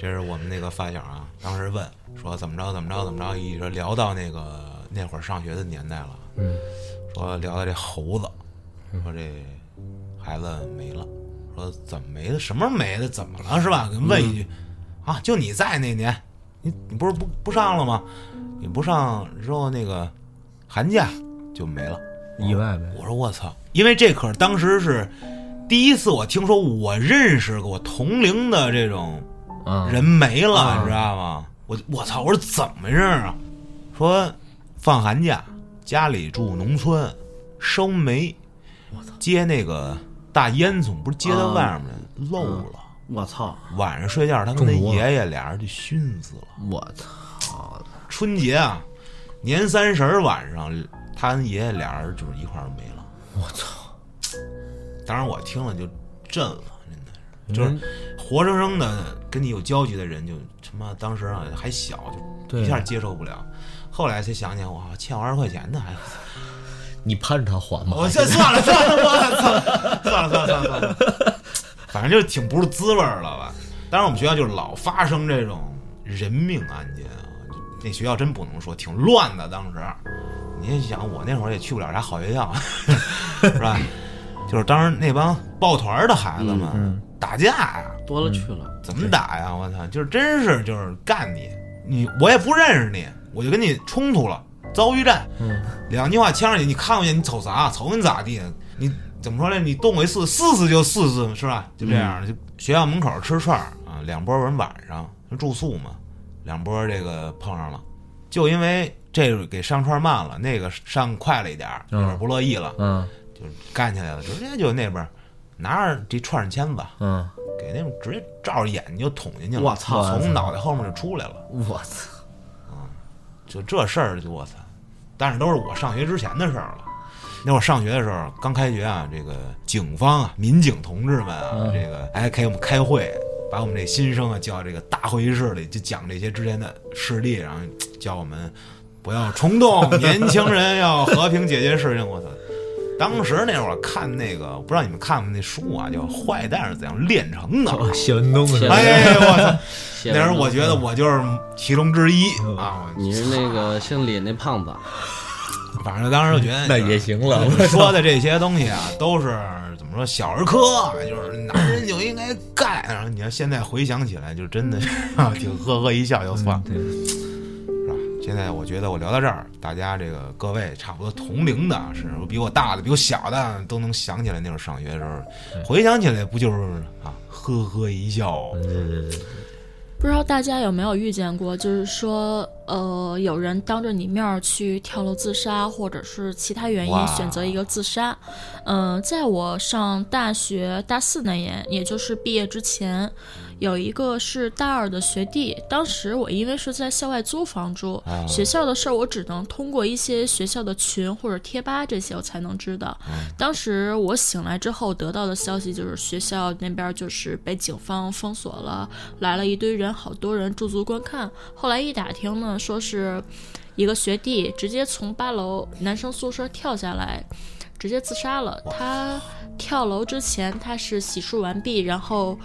[SPEAKER 1] 这是我们那个发小啊。当时问说怎么着怎么着怎么着，一直聊到那个那会儿上学的年代了，
[SPEAKER 4] 嗯，
[SPEAKER 1] 说聊到这猴子，说这孩子没了，说怎么没的，什么没的，怎么了是吧？问一句、啊，就你在那年，你你不是不不上了吗？你不上之后那个寒假就没了。
[SPEAKER 4] 意外呗，
[SPEAKER 1] 我说我操，因为这可是当时是第一次我听说我认识个我同龄的这种
[SPEAKER 4] 啊，
[SPEAKER 1] 人没了，你知道吗？我我操，我说怎么回事儿啊？说放寒假，家里住农村，烧煤，接那个大烟囱，不是接
[SPEAKER 4] 嗯
[SPEAKER 1] 到外面漏了。
[SPEAKER 3] 我操，
[SPEAKER 1] 晚上睡觉，他跟他
[SPEAKER 4] 中毒了
[SPEAKER 1] 爷爷俩人就熏死了。
[SPEAKER 3] 我操，
[SPEAKER 1] 春节啊，年三十儿晚上，他跟爷爷俩人就是一块儿没了。
[SPEAKER 4] 我操，
[SPEAKER 1] 当然我听了就震了，真的是，就是活生生的跟你有交集的人就，他妈当时啊还小，就
[SPEAKER 4] 对
[SPEAKER 1] 一下接受不了。后来才想起来，我靠，欠我二十块钱呢，还
[SPEAKER 4] 你盼着他还吗？
[SPEAKER 1] 我哦这算了算了，我操，算了算了算了算了，反正就是挺不是滋味儿了吧。当然我们学校就是老发生这种人命案件啊，就那学校真不能说，挺乱的。当时，你也想我那会儿也去不了啥好学校， 是吧？就是当时那帮抱团儿的孩子们、打架呀、
[SPEAKER 3] 多了去了，
[SPEAKER 1] 怎么打呀？我操，就是真是就是干你，你我也不认识你，我就跟你冲突了，遭遇战，嗯，两句话呛上去，你看不见，你瞅啥？瞅你咋地？你怎么说呢？你动我一次，试试就试试，是吧？就这
[SPEAKER 4] 嗯
[SPEAKER 1] 样，就学校门口吃串儿啊，两拨人晚上住宿嘛，两拨这个碰上了，就因为这个给上串慢了，那个上快了一点儿，有点不乐意了，
[SPEAKER 4] 嗯
[SPEAKER 1] 就干起来了，直接就那边儿拿着这串儿签子。
[SPEAKER 4] 嗯，
[SPEAKER 1] 给那种直接照着眼睛就捅进去了，
[SPEAKER 3] 我操
[SPEAKER 1] 从脑袋后面就出来了，
[SPEAKER 4] 我操，
[SPEAKER 1] 就这事儿就我操！但是都是我上学之前的事儿了。那会儿上学的时候，刚开学啊，这个警方啊、民警同志们啊，这个哎给我们开会，把我们这新生啊叫这个大会议室里，就讲这些之前的事例，然后叫我们不要冲动，年轻人要和平解决事情。我操！当时那会儿看那个，不知道你们看过那书啊，叫《坏蛋是怎样炼成的》。
[SPEAKER 4] 哦，谢文东是吧？
[SPEAKER 1] 哎，我操！
[SPEAKER 3] 谢
[SPEAKER 1] 那时候我觉得我就是其中之一
[SPEAKER 4] 嗯
[SPEAKER 1] 啊，
[SPEAKER 3] 你是那个姓李那胖子，啊
[SPEAKER 1] 反正当时就觉得
[SPEAKER 4] 那也行了，
[SPEAKER 1] 说的这些东西啊，都是怎么说小儿科，啊就是男人就应该干。然后你要现在回想起来，就真 的是挺呵呵一笑就算了，
[SPEAKER 4] 嗯对
[SPEAKER 1] 是吧？现在我觉得我聊到这儿，大家这个各位差不多同龄的，甚至比我大的、比我小的，都能想起来那会儿上学的时候，回想起来不就是啊，呵呵一笑。
[SPEAKER 4] 嗯
[SPEAKER 5] 不知道大家有没有遇见过，就是说，呃，有人当着你面儿去跳楼自杀，或者是其他原
[SPEAKER 1] 哇
[SPEAKER 5] 因选择一个自杀。嗯、在我上大学大四那年，也就是毕业之前，有一个是大二的学弟，当时我因为是在校外租房住，学校的事儿我只能通过一些学校的群或者贴吧这些我才能知道。当时我醒来之后得到的消息就是学校那边就是被警方封锁了，来了一堆人，好多人驻足观看。后来一打听呢，说是一个学弟直接从八楼男生宿舍跳下来，直接自杀了。他跳楼之前他是洗漱完毕，然后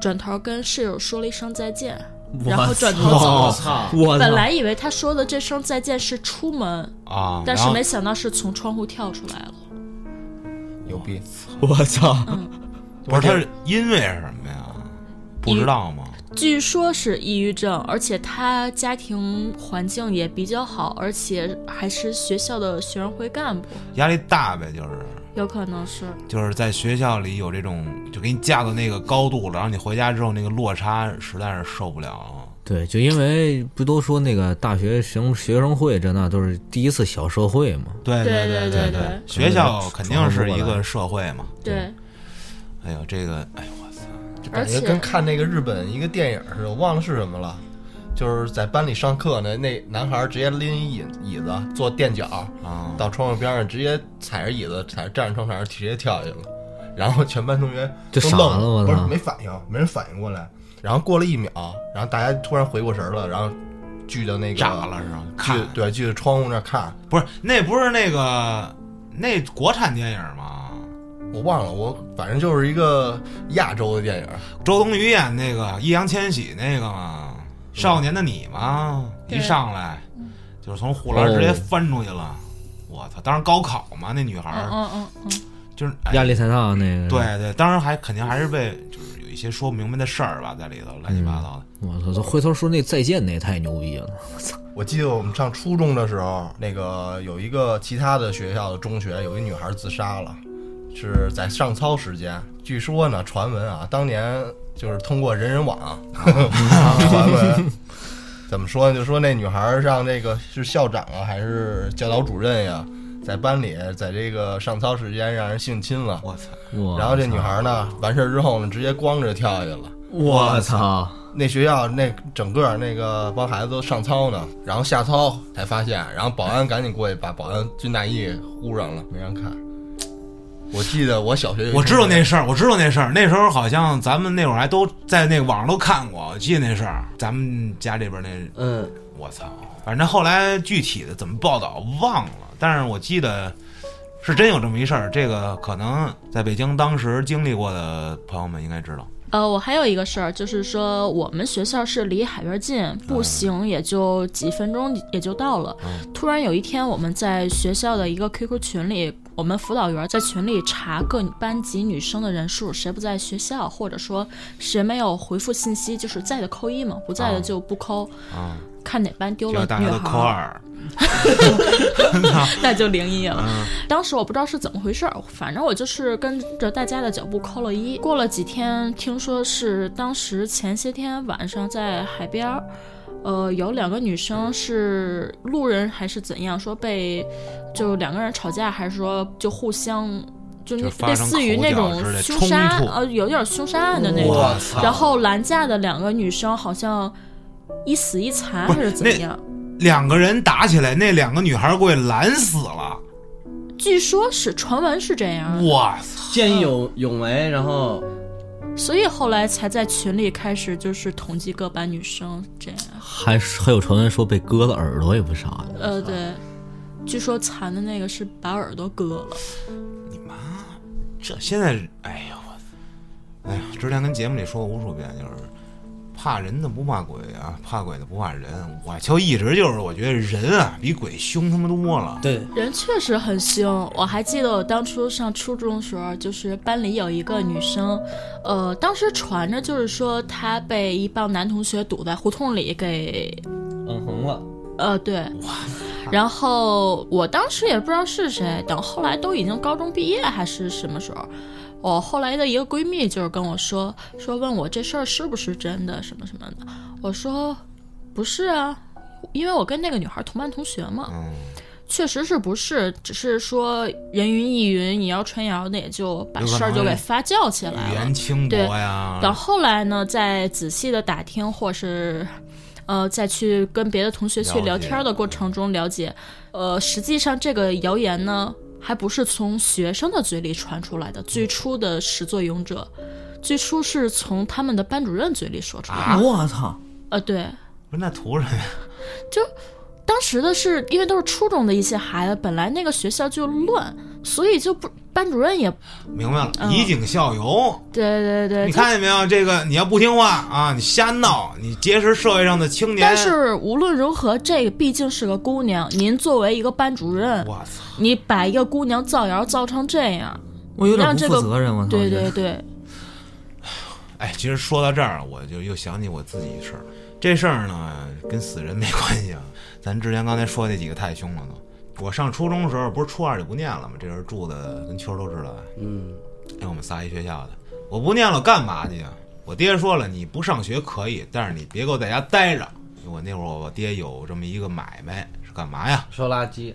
[SPEAKER 5] 转头跟室友说了一声再见，然后转头
[SPEAKER 3] 哦
[SPEAKER 5] 走
[SPEAKER 4] 我
[SPEAKER 5] 了。
[SPEAKER 4] 操！我
[SPEAKER 5] 本
[SPEAKER 4] 操！
[SPEAKER 5] 来以为他说的这声再见是出门，
[SPEAKER 1] 啊，
[SPEAKER 5] 但
[SPEAKER 1] 然
[SPEAKER 5] 是
[SPEAKER 1] 后
[SPEAKER 5] 没想到是从窗户跳出来了。
[SPEAKER 2] 牛逼！
[SPEAKER 4] 我操！
[SPEAKER 1] 不是他是因为什么呀？不知道吗？
[SPEAKER 5] 据说是抑郁症，而且他家庭环境也比较好，而且还是学校的学生会干部，
[SPEAKER 1] 压力大呗，就是。
[SPEAKER 5] 有可能是。
[SPEAKER 1] 就是在学校里有这种，就给你架到那个高度了，然后你回家之后那个落差实在是受不了。啊
[SPEAKER 4] 对，就因为不都说那个大学生学生会这那都是第一次小社会嘛，
[SPEAKER 1] 对
[SPEAKER 5] 对
[SPEAKER 1] 对
[SPEAKER 5] 对对
[SPEAKER 1] 对
[SPEAKER 5] 对，
[SPEAKER 1] 学校肯定是一个社会嘛。
[SPEAKER 5] 对，
[SPEAKER 1] 哎呦，这个，哎呦我操！
[SPEAKER 2] 就感觉
[SPEAKER 5] 而且
[SPEAKER 2] 跟看那个日本一个电影似的，我忘了是什么了。就是在班里上课呢，那男孩直接拎一椅椅子坐垫脚，
[SPEAKER 1] 啊
[SPEAKER 2] 到窗户边上直接踩着椅子，踩着站着窗台上直接跳下去了，然后全班同学
[SPEAKER 4] 就
[SPEAKER 2] 都
[SPEAKER 4] 傻
[SPEAKER 2] 愣
[SPEAKER 4] 了我
[SPEAKER 2] 不是
[SPEAKER 4] 操
[SPEAKER 2] 没反应，没人反应过来。然后过了一秒，然后大家突然回过神儿了，然后聚到那个
[SPEAKER 1] 炸了是吧？
[SPEAKER 2] 聚
[SPEAKER 1] 看，
[SPEAKER 2] 对聚到窗户那儿看，
[SPEAKER 1] 不是那不是那个那国产电影吗？
[SPEAKER 2] 我忘了，我反正就是一个亚洲的电影，
[SPEAKER 1] 周冬雨演那个易烊千玺那个嘛，《少年的你》嘛，
[SPEAKER 5] 对嗯
[SPEAKER 1] 一上来就是从护栏直接翻出去了。我操！当时高考嘛，那女孩
[SPEAKER 5] 嗯
[SPEAKER 1] 儿
[SPEAKER 5] 嗯嗯嗯，
[SPEAKER 1] 就是哎
[SPEAKER 4] 压力太大那个。，
[SPEAKER 1] 对对，当然还肯定还是被就是有一些说不明白的事儿吧，在里头乱七
[SPEAKER 5] 嗯
[SPEAKER 1] 八糟的。
[SPEAKER 4] 我操！这回头说那再见那也太牛逼了，
[SPEAKER 2] 我记得我们上初中的时候，那个有一个其他的学校的中学有一女孩自杀了，是在上操时间。据说呢，传闻啊，当年就是通过人人网、啊传闻，怎么说呢？就说那女孩让这个是校长啊，还是教导主任呀、在班里在这个上操时间让人性侵了。
[SPEAKER 1] 我操！
[SPEAKER 4] 我
[SPEAKER 2] 然后这女孩呢，完事儿之后呢，直接光着跳下去了。
[SPEAKER 4] 我操！
[SPEAKER 2] 那学校那整个那个帮孩子都上操呢，然后下操才发现，然后保安赶紧过去把保安军大衣呼上了，没让看。我记得我小学有一
[SPEAKER 1] 我知道
[SPEAKER 2] 同学
[SPEAKER 1] 那事儿，我知道那事儿。那时候好像咱们那会儿还都在那个网上都看过，我记得那事儿。咱们家这边那，
[SPEAKER 3] 嗯，
[SPEAKER 1] 我操！反正后来具体的怎么报道忘了，但是我记得是真有这么一事儿。这个可能在北京当时经历过的朋友们应该知道。
[SPEAKER 5] 呃，我还有一个事儿，就是说我们学校是离海边近，步行也就几分钟也就到了。
[SPEAKER 1] 嗯
[SPEAKER 5] 突然有一天，我们在学校的一个 QQ 群里，我们辅导员在群里查各班级女生的人数，谁不在学校，或者说谁没有回复信息，就是在的扣一嘛，不在的就不扣。
[SPEAKER 1] 啊
[SPEAKER 5] 看哪班丢
[SPEAKER 1] 结
[SPEAKER 5] 了
[SPEAKER 1] 果
[SPEAKER 5] 女
[SPEAKER 1] 大家
[SPEAKER 5] 孩
[SPEAKER 1] 都
[SPEAKER 5] 儿，
[SPEAKER 1] 扣二，
[SPEAKER 5] 那就零一了。
[SPEAKER 1] 嗯
[SPEAKER 5] 当时我不知道是怎么回事儿，反正我就是跟着大家的脚步扣了一。过了几天，听说是当时前些天晚上在海边儿，呃，有两个女生是路人还是怎样，说被就两个人吵架，还是说就互相。就
[SPEAKER 1] 就发
[SPEAKER 5] 类
[SPEAKER 1] 生
[SPEAKER 5] 似于
[SPEAKER 1] 口
[SPEAKER 5] 那
[SPEAKER 1] 角
[SPEAKER 5] 种
[SPEAKER 1] 之类
[SPEAKER 5] 凶
[SPEAKER 1] 冲
[SPEAKER 5] 杀，
[SPEAKER 1] 突
[SPEAKER 5] 呃，有点凶杀案的那种
[SPEAKER 2] 我操。
[SPEAKER 5] 然后拦架的两个女生好像一死一残
[SPEAKER 1] 不
[SPEAKER 5] 还
[SPEAKER 1] 是
[SPEAKER 5] 是
[SPEAKER 1] 那
[SPEAKER 5] 怎样，
[SPEAKER 1] 两个人打起来，那两个女孩儿过去拦死了。
[SPEAKER 5] 据说是传闻是这样的。
[SPEAKER 1] 我操！
[SPEAKER 3] 见义勇勇为，然后
[SPEAKER 5] 所以后来才在群里开始就是统计各班女生这样。
[SPEAKER 4] 还还有传闻说被割了耳朵也不傻呀。
[SPEAKER 5] 呃，对，据说残的那个是把耳朵割了。
[SPEAKER 1] 这现在，哎呀，我，哎呀，之前跟节目里说过无数遍，就是怕人的不怕鬼啊，怕鬼的不怕人。我就一直就是我觉得人啊比鬼凶他妈多了。
[SPEAKER 6] 对，
[SPEAKER 5] 人确实很凶，我还记得我当初上初中的时候，就是班里有一个女生，呃，当时传着就是说她被一帮男同学堵在胡同里给
[SPEAKER 4] 嗯，红了。
[SPEAKER 5] 呃，对。然后我当时也不知道是谁，等后来都已经高中毕业还是什么时候，我后来的一个闺蜜就是跟我说，说问我这事儿是不是真的什么什么的，我说不是啊，因为我跟那个女孩同班同学嘛，
[SPEAKER 1] 嗯，
[SPEAKER 5] 确实是不是，只是说人云亦云，你要传谣，那也就把
[SPEAKER 1] 有可能
[SPEAKER 5] 事儿就给发酵起来
[SPEAKER 1] 语
[SPEAKER 5] 了。
[SPEAKER 1] 言轻薄呀，
[SPEAKER 5] 等后来呢，再仔细的打听，或是，呃，再去跟别的同学去聊天的过程中了解，呃，实际上这个谣言呢，还不是从学生的嘴里传出来的，最初的始作俑者，最初是从他们的班主任嘴里说出来的。
[SPEAKER 1] 啊
[SPEAKER 6] 我操，
[SPEAKER 5] 呃，对，
[SPEAKER 1] 不是那图什么呀？
[SPEAKER 5] 当时的是因为都是初中的一些孩子，本来那个学校就乱，所以就不班主任也
[SPEAKER 1] 明白了，
[SPEAKER 5] 嗯
[SPEAKER 1] 以警效尤。
[SPEAKER 5] 对对对
[SPEAKER 1] 你
[SPEAKER 5] 对。
[SPEAKER 1] 看见没有？这个你要不听话啊，你瞎闹，你结识社会上的青年。
[SPEAKER 5] 但是无论如何，这个毕竟是个姑娘，您作为一个班主任，
[SPEAKER 1] 我操，
[SPEAKER 5] 你把一个姑娘造谣造成这样，
[SPEAKER 6] 我有点
[SPEAKER 5] 让
[SPEAKER 6] 不
[SPEAKER 5] 这
[SPEAKER 6] 负
[SPEAKER 5] 个
[SPEAKER 6] 责任，我操，
[SPEAKER 5] 对
[SPEAKER 6] 我觉
[SPEAKER 5] 对
[SPEAKER 6] 得
[SPEAKER 5] 对，
[SPEAKER 1] 哎，其实说到这儿，我就又想起我自己一事儿。这事儿呢，跟死人没关系啊。咱之前刚才说那几个太凶了都。我上初中的时候，不是初二就不念了吗？这人住的跟秋儿都知道啊，
[SPEAKER 3] 嗯，
[SPEAKER 1] 跟我们仨一学校的。我不念了，干嘛去啊？我爹说了，你不上学可以，但是你别给我在家待着。我那会儿我爹有这么一个买卖，是干嘛呀？
[SPEAKER 3] 收垃圾，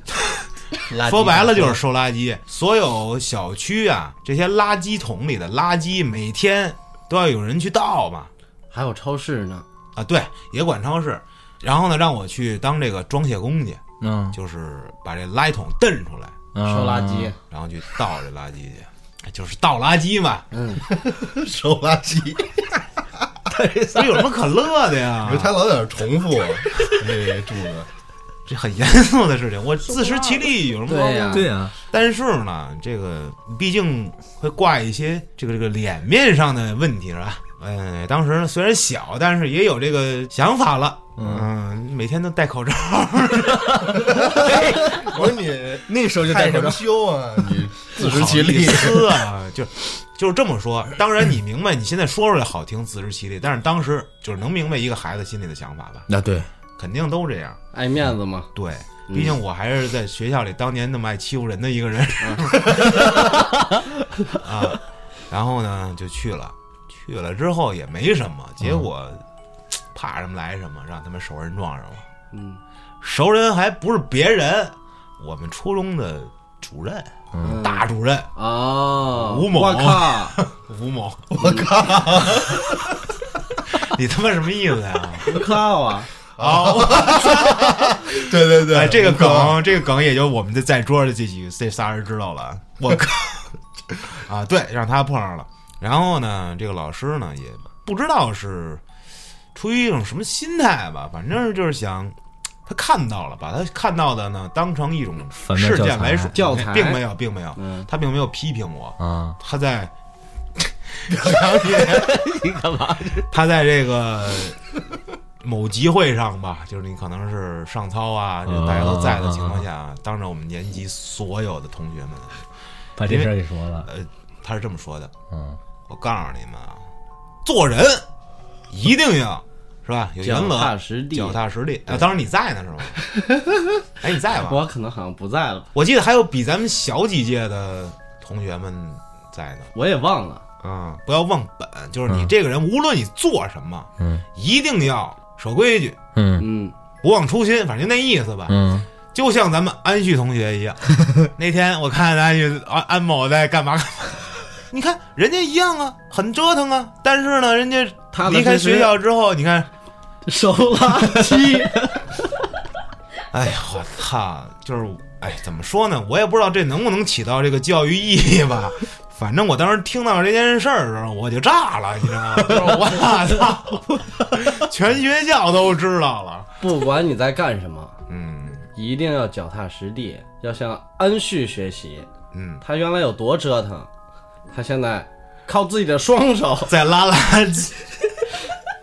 [SPEAKER 2] 垃圾
[SPEAKER 1] 说白了就是收垃圾。所有小区啊，这些垃圾桶里的垃圾，每天都要有人去倒嘛。
[SPEAKER 3] 还有超市呢，
[SPEAKER 1] 啊，对，也管超市。然后呢，让我去当这个装卸工去，
[SPEAKER 4] 嗯，
[SPEAKER 1] 就是把这垃圾桶蹬出来，
[SPEAKER 3] 收
[SPEAKER 4] 收
[SPEAKER 3] 垃圾，
[SPEAKER 1] 然后去倒这垃圾去，就是倒垃圾 嘛，
[SPEAKER 3] 嗯，
[SPEAKER 2] 收垃圾，
[SPEAKER 1] 这有什么可乐的呀
[SPEAKER 2] 因为？他老在那儿重复，哎，柱子，
[SPEAKER 1] 这很严肃的事情，我自食其力有什么毛
[SPEAKER 3] 对
[SPEAKER 1] 病？
[SPEAKER 3] 呀、
[SPEAKER 4] 对啊，
[SPEAKER 1] 但是呢，这个毕竟会挂一些这个这个脸面上的问题是吧？嗯，当时虽然小，但是也有这个想法了。嗯，每天都戴口罩，
[SPEAKER 2] 我说你
[SPEAKER 4] 那时候就
[SPEAKER 2] 害
[SPEAKER 4] 戴
[SPEAKER 2] 什
[SPEAKER 4] 口
[SPEAKER 2] 么
[SPEAKER 4] 罩，
[SPEAKER 2] 羞啊？你自
[SPEAKER 1] 不
[SPEAKER 2] 食
[SPEAKER 1] 好
[SPEAKER 2] 其
[SPEAKER 1] 意
[SPEAKER 2] 力，
[SPEAKER 1] 思啊，就就是这么说。当然，你明白，你现在说出来好听，自食其力，但是当时就是能明白一个孩子心里的想法吧？
[SPEAKER 4] 那对，
[SPEAKER 1] 肯定都这样。
[SPEAKER 3] 爱面子嘛，
[SPEAKER 1] 对，毕竟我还是在学校里当年那么爱欺负人的一个人 啊。然后呢，就去了，去了之后也没什么，结果、怕什么来什么，让他们熟人撞上了。
[SPEAKER 3] 嗯
[SPEAKER 1] 熟人还不是别人，我们初中的主任，
[SPEAKER 3] 嗯
[SPEAKER 1] 大主任
[SPEAKER 3] 哦，
[SPEAKER 1] 吴某
[SPEAKER 3] 我靠，
[SPEAKER 1] 吴某，我靠！ 你他妈什么意思 呀？
[SPEAKER 3] 我靠 啊，
[SPEAKER 1] 啊，
[SPEAKER 2] 对对对，
[SPEAKER 1] 哎，这个
[SPEAKER 2] 我靠
[SPEAKER 1] 梗，这个梗也就我们这在桌的这几这仨人知道了。我靠！啊，对，让他碰上了。然后呢，这个老师呢也不知道是出于一种什么心态吧，反正就是想他看到了，把他看到的呢当成一种
[SPEAKER 4] 反面
[SPEAKER 1] 事
[SPEAKER 4] 教
[SPEAKER 1] 件来
[SPEAKER 4] 材
[SPEAKER 1] 说，
[SPEAKER 3] 教材
[SPEAKER 1] 并没有，并没有，
[SPEAKER 3] 嗯，
[SPEAKER 1] 他并没有批评我，
[SPEAKER 4] 啊，
[SPEAKER 1] 他 在你干嘛？他在这个某集会上吧，就是你可能是上操啊，就大家都在的情况
[SPEAKER 3] 啊
[SPEAKER 1] 下，当着我们年级所有的同学们，
[SPEAKER 4] 把这事儿给说了，
[SPEAKER 1] 呃，他是这么说的：
[SPEAKER 4] 嗯，
[SPEAKER 1] 我告诉你们啊，做人一定要是吧，有原
[SPEAKER 3] 脚
[SPEAKER 1] 则，
[SPEAKER 3] 踏实地
[SPEAKER 1] 脚踏实地。啊，当时你在呢是吗？ 哎，你在吧？
[SPEAKER 3] 我可能好像不在了吧，
[SPEAKER 1] 我记得还有比咱们小几届的同学们在呢。
[SPEAKER 3] 我也忘了，
[SPEAKER 1] 啊，不要忘本，就是
[SPEAKER 3] 嗯
[SPEAKER 1] 你这个人，无论你做什么，
[SPEAKER 4] 嗯，
[SPEAKER 1] 一定要守规矩，
[SPEAKER 4] 嗯
[SPEAKER 3] 嗯，
[SPEAKER 1] 不忘初心，反正就那意思吧。
[SPEAKER 4] 嗯，
[SPEAKER 1] 就像咱们安旭同学一 样，那天我看安旭安安某在干嘛干嘛，你看人家一样啊，很折腾啊，但是呢，人家
[SPEAKER 3] 踏踏
[SPEAKER 1] 离开
[SPEAKER 3] 实实
[SPEAKER 1] 学校之后，你看，
[SPEAKER 3] 收垃圾，
[SPEAKER 1] 哎呀，我操，就是哎，怎么说呢？我也不知道这能不能起到这个教育意义吧。 反正我当时听到这件事儿的时候，我就炸了，你知道吗？就是我操， 全学校都知道了。
[SPEAKER 3] 不管你在干什么，
[SPEAKER 1] 嗯
[SPEAKER 3] 一定要脚踏实地，要向安旭学习。
[SPEAKER 1] 嗯，
[SPEAKER 3] 他原来有多折腾，他现在靠自己的双手
[SPEAKER 1] 在拉垃圾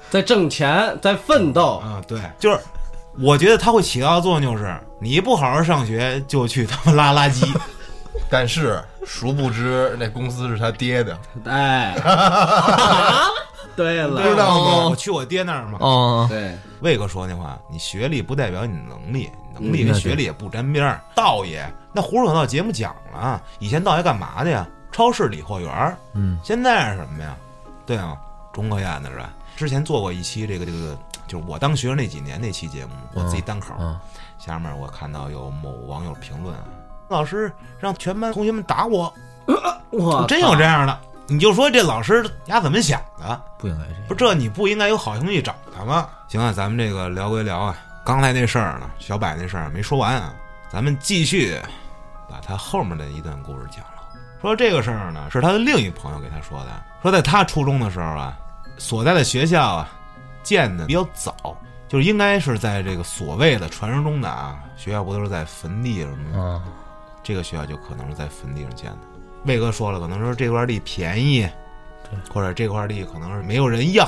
[SPEAKER 3] 在挣钱，在奋斗。
[SPEAKER 1] 啊，对，就是我觉得它会起到的作用就是，你不好好上学就去他妈拉垃圾，
[SPEAKER 2] 但是殊不知那公司是他爹的，
[SPEAKER 3] 哎，对了，
[SPEAKER 2] 知道吗
[SPEAKER 1] 我去我爹那儿嘛。
[SPEAKER 4] 哦，
[SPEAKER 3] 对，
[SPEAKER 1] 魏哥说那话，你学历不代表你能力，能
[SPEAKER 4] 嗯
[SPEAKER 1] 力跟学历也不沾边儿。道爷，那胡说八道节目讲了，以前道爷干嘛的呀？超市理货员儿。
[SPEAKER 4] 嗯，
[SPEAKER 1] 现在是什么呀？对啊，中科院的是吧？之前做过一期这个这个，就是我当学生那几年那期节目，我自己单口。
[SPEAKER 4] 嗯
[SPEAKER 1] 下面我看到有某网友评论啊，老师让全班同学们打我，
[SPEAKER 4] 啊
[SPEAKER 3] 我
[SPEAKER 1] 真有这样的。你就说这老师丫怎么想的？
[SPEAKER 4] 不应该这样。
[SPEAKER 1] 不是这你不应该有好心去找他吗？行啊，咱们这个聊归聊啊，刚才那事儿呢，小柏那事儿没说完啊，咱们继续把他后面的一段故事讲了。说这个事儿呢，是他的另一朋友给他说的，说在他初中的时候啊，所在的学校啊，建的比较早，就是应该是在这个所谓的传说中的啊，学校不都是在坟地什么的，
[SPEAKER 4] 啊，
[SPEAKER 1] 这个学校就可能是在坟地上建的。魏哥说了，可能说这块地便宜，或者这块地可能是没有人要，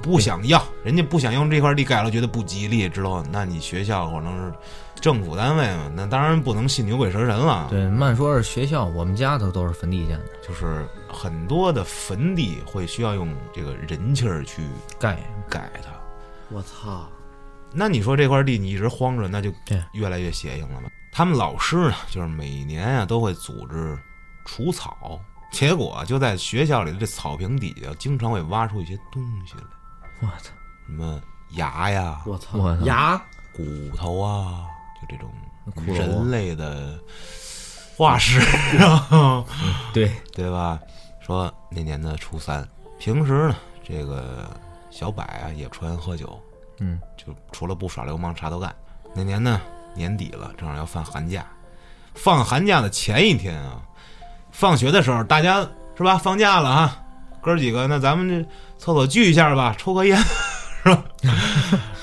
[SPEAKER 1] 不想要，人家不想用这块地盖了，觉得不吉利，知道吗？那你学校可能是政府单位嘛，那当然不能信牛鬼蛇神了。
[SPEAKER 4] 对，慢说是学校，我们家都都是坟地建的，
[SPEAKER 1] 就是很多的坟地会需要用这个人气儿去
[SPEAKER 4] 盖
[SPEAKER 1] 盖它。
[SPEAKER 3] 我操，
[SPEAKER 1] 那你说这块地你一直荒着，那就
[SPEAKER 4] 对
[SPEAKER 1] 越来越邪性了吧？他们老师呢，就是每年啊都会组织除草，结果啊就在学校里的这草坪底下，经常会挖出一些东西来，
[SPEAKER 4] 我操，
[SPEAKER 1] 什么牙呀、
[SPEAKER 3] 我操，
[SPEAKER 4] 我操
[SPEAKER 3] 牙
[SPEAKER 1] 骨头啊，就这种
[SPEAKER 4] 骷髅啊
[SPEAKER 1] 人类的化石，然后
[SPEAKER 4] 对，
[SPEAKER 1] 对吧？说那年的初三，平时呢，这个小柏啊也抽烟喝酒，
[SPEAKER 4] 嗯，
[SPEAKER 1] 就除了不耍流氓啥都干。那年呢，年底了，正好要放寒假，放寒假的前一天啊，放学的时候大家是吧？放假了啊，哥儿几个，那咱们这厕所聚一下吧，抽个烟是吧？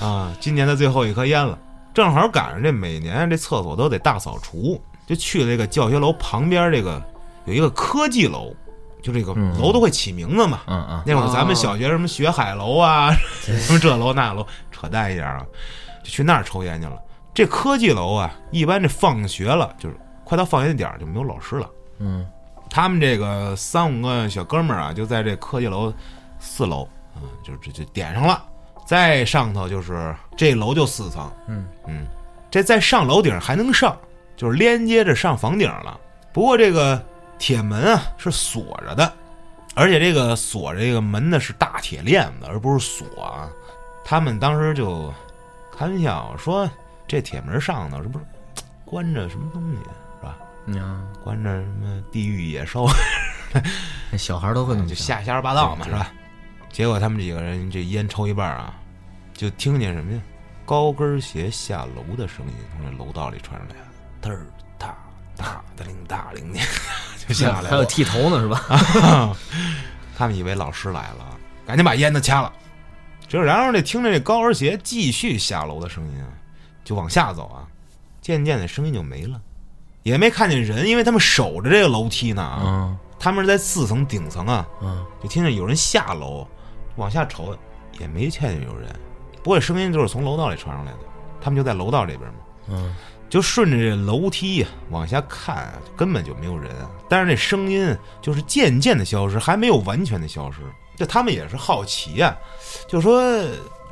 [SPEAKER 1] 啊，今年的最后一颗烟了，正好赶上这每年这厕所都得大扫除，就去了这个教学楼旁边这个有一个科技楼，就这个
[SPEAKER 4] 嗯
[SPEAKER 1] 楼都会起名字嘛，
[SPEAKER 4] 嗯嗯，
[SPEAKER 1] 那会儿咱们
[SPEAKER 3] 哦
[SPEAKER 1] 小学什么学海楼 啊，什么这楼那楼，扯淡一点啊，就去那儿抽烟去了。这科技楼啊，一般这放学了，就是快到放学那点儿就没有老师了。
[SPEAKER 4] 嗯，
[SPEAKER 1] 他们这个三五个小哥们儿啊，就在这科技楼四楼啊、就就就点上了。再上头就是这楼就四层，
[SPEAKER 4] 嗯
[SPEAKER 1] 嗯，这再上楼顶还能上，就是连接着上房顶了。不过这个铁门啊是锁着的，而且这个锁着这个门呢是大铁链子，而不是锁啊。他们当时就开玩笑说，这铁门上头是不是关着什么东西是吧？
[SPEAKER 4] 嗯，
[SPEAKER 1] 关着什么地狱野兽啊
[SPEAKER 4] 那小孩都会那么
[SPEAKER 1] 就
[SPEAKER 4] 想，
[SPEAKER 1] 瞎瞎说八道嘛，
[SPEAKER 4] 对
[SPEAKER 1] 是吧？结果他们几个人这烟抽一半啊，就听见什么呀？高跟鞋下楼的声音从这楼道里传出来，嘚儿哒哒的铃哒铃的， 就下来
[SPEAKER 4] 还有
[SPEAKER 1] 了。
[SPEAKER 4] 剃头呢是吧？
[SPEAKER 1] 他们以为老师来了，赶紧把烟都掐了。这然后这听着这高跟鞋继续下楼的声音啊，就往下走啊，渐渐的声音就没了，也没看见人，因为他们守着这个楼梯呢啊。
[SPEAKER 4] 嗯
[SPEAKER 1] 他们是在四层顶层啊，
[SPEAKER 4] 嗯，
[SPEAKER 1] 就听见有人下楼，往下瞅也没看见有人，不过声音就是从楼道里传上来的，他们就在楼道里边嘛，
[SPEAKER 4] 嗯，
[SPEAKER 1] 就顺着这楼梯往下看啊，根本就没有人啊，但是那声音就是渐渐的消失，还没有完全的消失，这他们也是好奇呀、就说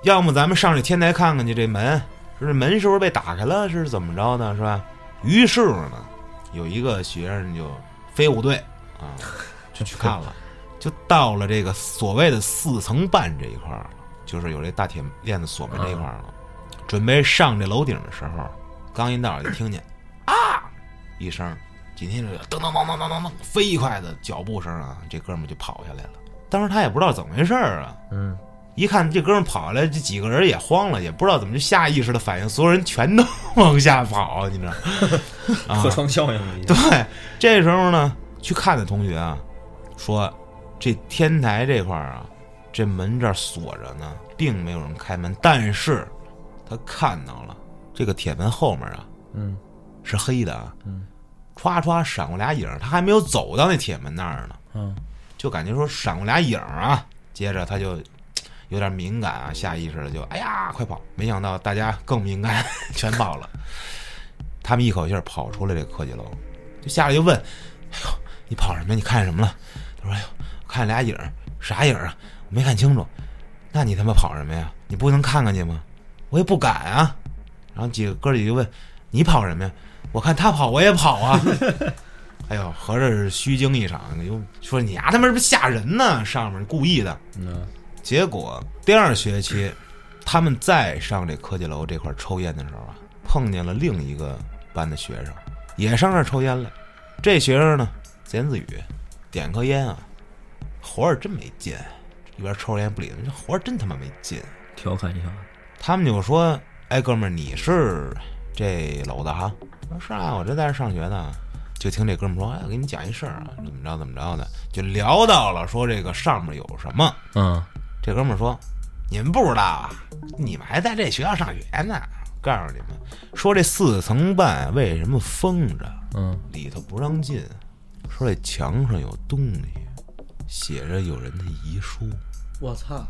[SPEAKER 1] 要么咱们上这天台看看去，这门说这门是不是被打开了，是怎么着呢，是吧？于是呢，有一个学生就飞虎队啊，就去看了， 就到了这个所谓的四层半这一块儿了，就是有这大铁链子锁门这一块儿了。准备上这楼顶的时候，刚一到就听见 啊一声，紧接着就噔噔噔噔噔噔噔飞快的脚步声啊，这哥们儿就跑下来了。当时他也不知道怎么回事儿啊，
[SPEAKER 4] 嗯，
[SPEAKER 1] 一看这哥们跑下来，这几个人也慌了，也不知道怎么就下意识的反应，所有人全都往下跑，你知道？ 啊，
[SPEAKER 4] 窗效应
[SPEAKER 1] 对，这时候呢，去看的同学啊，说这天台这块儿啊，这门这儿锁着呢，并没有人开门，但是他看到了这个铁门后面啊
[SPEAKER 4] 嗯
[SPEAKER 1] 是黑的啊，
[SPEAKER 4] 嗯
[SPEAKER 1] 歘歘闪过俩影儿，他还没有走到那铁门那儿呢，
[SPEAKER 6] 嗯，
[SPEAKER 1] 就感觉说闪过俩影儿啊，接着他就嘖有点敏感啊，下意识的就哎呀快跑，没想到大家更敏感， 全跑了，他们一口气儿跑出来这科技楼，就下来就问，哎呦你跑什么呀？你看什么了？他说哎呦我看俩影儿，啥影儿啊？我没看清楚，那你他妈跑什么呀？你不能看看去吗？我也不敢啊。然后几个哥几个就问：“你跑什么呀？”我看他跑，我也跑啊。 哎呦，合着是虚惊一场，又说你丫、他妈是不是吓人呢？上面故意的。
[SPEAKER 6] 嗯，
[SPEAKER 1] 结果第二学期，他们再上这科技楼这块儿抽烟的时候啊，碰见了另一个班的学生，也上这儿抽烟了。这学生呢，自言自语，点颗烟啊，活儿真没劲，一边抽着烟不理他们，这活儿真他妈没劲。
[SPEAKER 6] 调侃一下，
[SPEAKER 1] 他们就说：“哎，哥们儿，你是这楼的哈？”我说：“是啊，我这在这上学呢。”就听这哥们儿说：“哎，我给你讲一事儿啊，怎么着怎么着的，就聊到了说这个上面有什么。
[SPEAKER 6] 嗯，”
[SPEAKER 1] 这哥们儿说：“你们不知道啊，你们还在这学校上学呢。告诉你们，说这四层半为什么封着，
[SPEAKER 6] 嗯，
[SPEAKER 1] 里头不让进，说这墙上有东西，写着有人的遗书。”
[SPEAKER 3] 我操！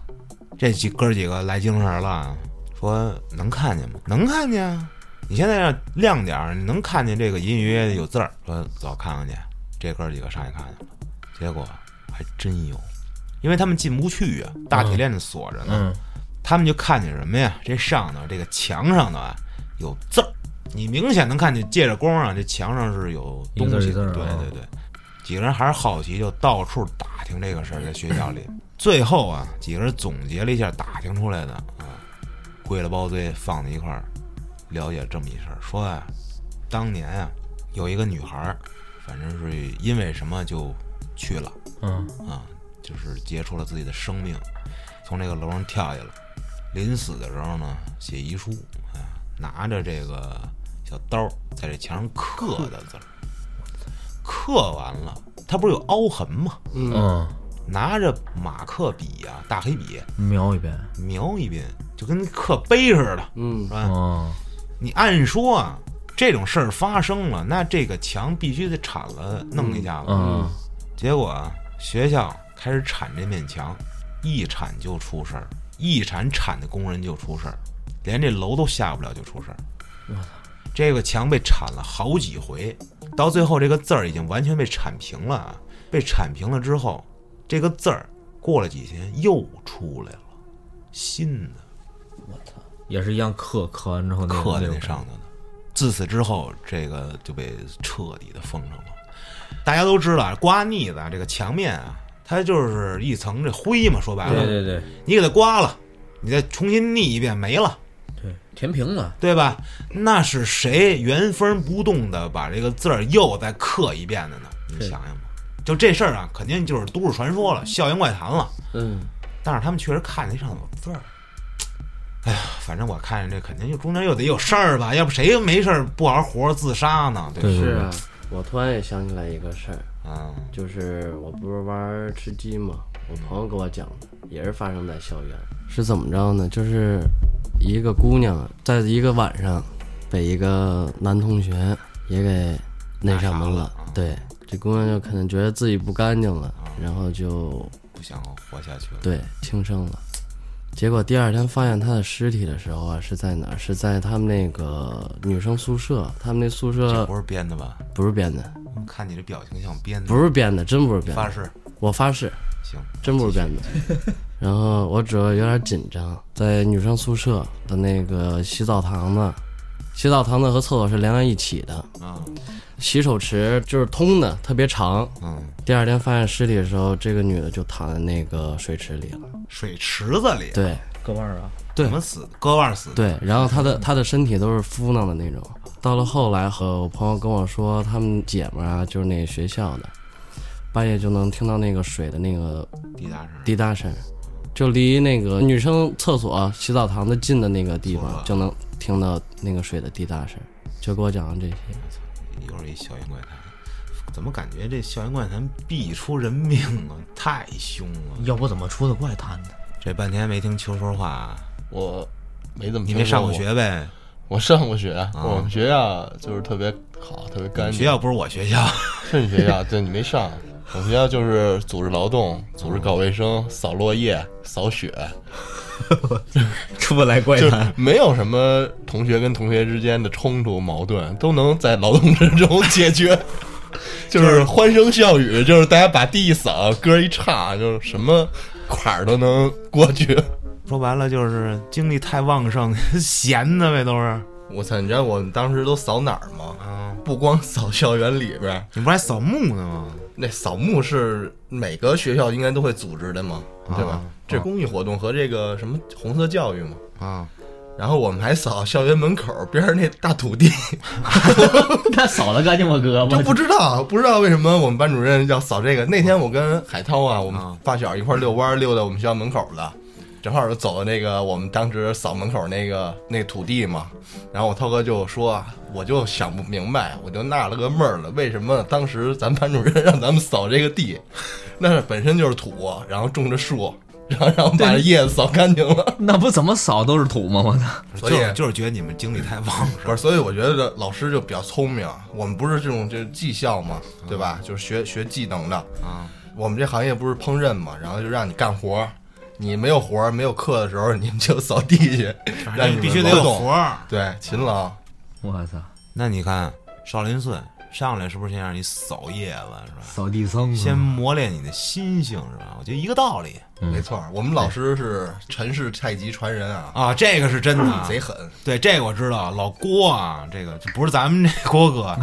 [SPEAKER 1] 这几哥几个来精神了，说能看见吗？能看见啊！你现在要亮点儿，你能看见这个隐隐约约的有字儿。说走，看看去。这哥几个上去看去了，结果还真有，因为他们进不去啊，大铁链子锁着呢。
[SPEAKER 6] 嗯
[SPEAKER 1] 他们就看见什么呀？这上头这个墙上头啊有字儿，你明显能看见，借着光啊，这墙上是有东
[SPEAKER 6] 一个字儿
[SPEAKER 1] 西
[SPEAKER 6] 一个字
[SPEAKER 1] 的。
[SPEAKER 6] 儿
[SPEAKER 1] 对
[SPEAKER 6] 啊
[SPEAKER 1] 对对，几个人还是好奇，就到处打听这个事儿，在学校里。最后啊，几个人总结了一下打听出来的啊，归了包堆放在一块儿，了解这么一事儿，说啊，当年啊有一个女孩儿，反正是因为什么就去了。
[SPEAKER 6] 嗯，
[SPEAKER 1] 啊，就是结束了自己的生命，从这个楼上跳下来。临死的时候呢，写遗书，啊，拿着这个小刀在这墙上刻的字儿，刻完了，它不是有凹痕吗？
[SPEAKER 6] 嗯，
[SPEAKER 1] 拿着马克笔啊，大黑笔
[SPEAKER 6] 瞄一遍，
[SPEAKER 1] 描一遍，就跟刻碑似的，
[SPEAKER 3] 嗯
[SPEAKER 1] 是吧？
[SPEAKER 6] 嗯，
[SPEAKER 1] 你按说啊，这种事儿发生了，那这个墙必须得铲了，弄一下子。
[SPEAKER 6] 嗯，
[SPEAKER 1] 结果啊学校开始铲这面墙，一铲就出事儿，一铲铲的工人就出事儿，连这楼都下不了就出事儿。这个墙被铲了好几回，到最后这个字儿已经完全被铲平了啊！被铲平了之后，这个字儿过了几天又出来了，新的。
[SPEAKER 6] 也是一样刻，刻完之后那
[SPEAKER 1] 刻在
[SPEAKER 6] 那
[SPEAKER 1] 那
[SPEAKER 6] 种
[SPEAKER 1] 上头的。自此之后，这个就被彻底的封上了。大家都知道，刮腻子啊这个墙面啊，它就是一层这灰嘛，说白
[SPEAKER 6] 对
[SPEAKER 1] 了，
[SPEAKER 6] 对对，
[SPEAKER 1] 你给它刮了，你再重新腻一遍，没了。
[SPEAKER 6] 对，填平了，
[SPEAKER 1] 对吧？那是谁原封不动的把这个字儿又再刻一遍的呢？你
[SPEAKER 6] 是
[SPEAKER 1] 想想吧，就这事儿啊，肯定就是都市传说了，校园怪谈了。
[SPEAKER 3] 嗯，
[SPEAKER 1] 但是他们确实看那上有字儿。哎呀，反正我看着这肯定就中间又得有事儿吧，要不谁没事儿不好好活着自杀呢？对吧？
[SPEAKER 3] 是啊，我突然也想起来一个事儿，
[SPEAKER 1] 嗯
[SPEAKER 3] 就是我不是玩吃鸡嘛，我朋友给我讲的，也是发生在校园。是怎么着呢？就是一个姑娘在一个晚上被一个男同学也给那什么了。对，这姑娘就可能觉得自己不干净了，然后就
[SPEAKER 1] 不想活下去了。
[SPEAKER 3] 对轻生了。结果第二天发现她的尸体的时候啊，是在哪儿？是在他们那个女生宿舍，他们那宿
[SPEAKER 1] 这
[SPEAKER 3] 舍
[SPEAKER 1] 不是编的吧？
[SPEAKER 3] 不是编的，
[SPEAKER 1] 我看你这表情像编的，
[SPEAKER 3] 不是编的，真不是编
[SPEAKER 1] 嗯
[SPEAKER 3] 的
[SPEAKER 1] 发。誓。
[SPEAKER 3] 我发誓，
[SPEAKER 1] 行，
[SPEAKER 3] 真不是编 的。然后我主要有点紧张，在女生宿舍的那个洗澡堂子，洗澡堂子和厕所是连在一起的，
[SPEAKER 1] 啊，
[SPEAKER 3] 洗手池就是通的，特别长。
[SPEAKER 1] 嗯，
[SPEAKER 3] 第二天发现尸体的时候，这个女的就躺在那个水池里
[SPEAKER 1] 哎
[SPEAKER 3] 了。
[SPEAKER 1] 水池子里
[SPEAKER 3] 对
[SPEAKER 6] 哥们儿啊，
[SPEAKER 3] 对
[SPEAKER 1] 怎么死的？割腕死的。
[SPEAKER 3] 对，然后她的她的身体都是敷弄的那种。到了后来，和我朋友跟我说，她们姐们儿啊，就是那学校的，半夜就能听到那个水的那个
[SPEAKER 1] 地下室。
[SPEAKER 3] 滴答声，就离那个女生厕所、洗澡堂子近的那个地
[SPEAKER 1] 错
[SPEAKER 3] 方
[SPEAKER 1] 了，
[SPEAKER 3] 就能听到那个水的滴答声。就给我讲了这些，
[SPEAKER 1] 又是一校园怪谈，怎么感觉这校园怪谈必出人命啊？太凶了！
[SPEAKER 6] 要不怎么出的怪谈呢？
[SPEAKER 1] 这半天没听秋说话，
[SPEAKER 2] 我没怎么，
[SPEAKER 1] 你没上过，学呗？
[SPEAKER 2] 啊我上过学，我们学校就是特别好，特别干净。
[SPEAKER 1] 学校不是我学校，
[SPEAKER 2] 是你学 校，对你没上。我学校就是组织劳动、组织搞卫生、扫落叶、扫 雪，
[SPEAKER 4] 出不来怪
[SPEAKER 2] 就是
[SPEAKER 4] 谈。
[SPEAKER 2] 没有什么同学跟同学之间的冲突矛盾，都能在劳动之中解 决，就是欢声笑语，就是大家把地一扫，歌一唱，就是什么坎儿都能过去。
[SPEAKER 1] 说白了就是精力太旺盛，闲的呗都是。
[SPEAKER 2] 我操！你知道我们当时都扫哪儿吗？
[SPEAKER 1] 啊，
[SPEAKER 2] 不光扫校园里边儿，
[SPEAKER 1] 你不是还扫墓呢吗？
[SPEAKER 2] 那扫墓是每个学校应该都会组织的嘛，对吧？
[SPEAKER 1] 啊
[SPEAKER 2] 这公益活动和这个什么红色教育嘛。
[SPEAKER 1] 啊，
[SPEAKER 2] 然后我们还扫校园门口边上那大土地，
[SPEAKER 6] 那扫的干净吗，哥？
[SPEAKER 2] 就
[SPEAKER 6] 我
[SPEAKER 2] 不知道不知道为什么我们班主任要扫这个。那天我跟海涛啊，我们
[SPEAKER 1] 啊
[SPEAKER 2] 发小一块儿遛弯儿，遛到我们学校门口了，正好就走到那个我们当时扫门口那个那土地嘛。然后我涛哥就说，啊我就想不明白，我就纳了个闷儿了，为什么当时咱班主任让 咱们扫这个地？那本身就是土，然后种着树，然后然后把叶子扫干净了。
[SPEAKER 4] 那不怎么扫都是土吗？我操！
[SPEAKER 2] 所以
[SPEAKER 1] 就是就是觉得你们精力太旺盛。
[SPEAKER 2] 不是，所以我觉得老师就比较聪明。我们不是这种就是技校嘛，
[SPEAKER 1] 嗯
[SPEAKER 2] 对吧？就是学学技能的
[SPEAKER 1] 啊。
[SPEAKER 2] 我们这行业不是烹饪嘛，然后就让你干活儿，你没有活儿、没有课的时候，你们就扫地去，
[SPEAKER 1] 反
[SPEAKER 2] 让
[SPEAKER 1] 正
[SPEAKER 2] 你
[SPEAKER 1] 你
[SPEAKER 2] 们
[SPEAKER 1] 必须得
[SPEAKER 2] 劳
[SPEAKER 1] 有
[SPEAKER 2] 动
[SPEAKER 1] 活儿。
[SPEAKER 2] 对，勤劳。
[SPEAKER 4] 我操！
[SPEAKER 1] 那你看少林寺上来是不是先让你扫叶子是吧？
[SPEAKER 4] 扫地僧啊
[SPEAKER 2] 嗯
[SPEAKER 1] 先磨练你的心性是吧？我觉得一个道理
[SPEAKER 2] 没错儿，我们老师是陈氏太极传人啊，
[SPEAKER 1] 啊，这个是真的啊。
[SPEAKER 2] 贼狠。
[SPEAKER 1] 对，这个我知道，老郭啊，这个不是咱们这郭 哥，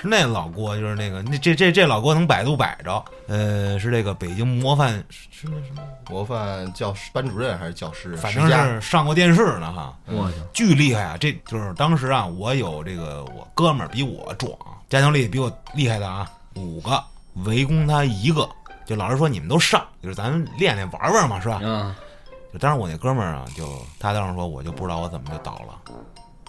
[SPEAKER 1] 是那老郭，就是那个那这这这老郭能百度百着，呃，是这个北京模范，是那什么，
[SPEAKER 2] 模范教师、班主任还是教师？
[SPEAKER 1] 反
[SPEAKER 2] 十
[SPEAKER 1] 正
[SPEAKER 2] 佳
[SPEAKER 1] 是上过电视呢哈，
[SPEAKER 6] 我去，
[SPEAKER 1] 巨厉害啊！这就是当时啊，我有这个我哥们儿比我壮，战斗力比我厉害的啊，五个围攻他一个，就老师说你们都上，就是咱们练练玩玩嘛，是吧？
[SPEAKER 4] 啊
[SPEAKER 6] 嗯，
[SPEAKER 1] 就当时我那哥们儿啊，就他当时说，我就不知道我怎么就倒了，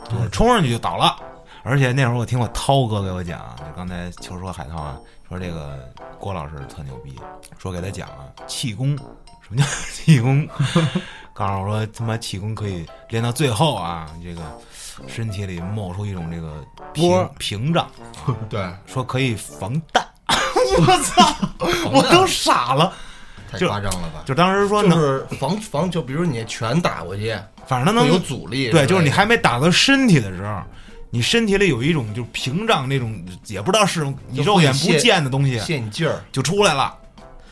[SPEAKER 1] 就是冲上去就倒了。而且那会儿我听我涛哥给我讲啊，就刚才球说海涛啊，说这个郭老师特牛逼，说给他讲啊，气功，什么叫 气功？告诉我说他妈气功可以练到最后啊，这个身体里冒出一种这个
[SPEAKER 2] 波
[SPEAKER 1] 屏屏障，
[SPEAKER 2] 对，
[SPEAKER 1] 说可以防弹。 我操，我都傻了。
[SPEAKER 2] 太
[SPEAKER 1] 就
[SPEAKER 2] 夸张了吧？
[SPEAKER 1] 就哎当时说
[SPEAKER 2] 就
[SPEAKER 1] 能，
[SPEAKER 2] 是防防，就比如你拳打过去，
[SPEAKER 1] 反正他能
[SPEAKER 2] 会有阻力。
[SPEAKER 1] 对，就是你还没打到身体的时候，你身体里有一种就是屏障那种，也不知道是种你肉眼不见的东西
[SPEAKER 2] 泄你劲儿。
[SPEAKER 1] 就出来了，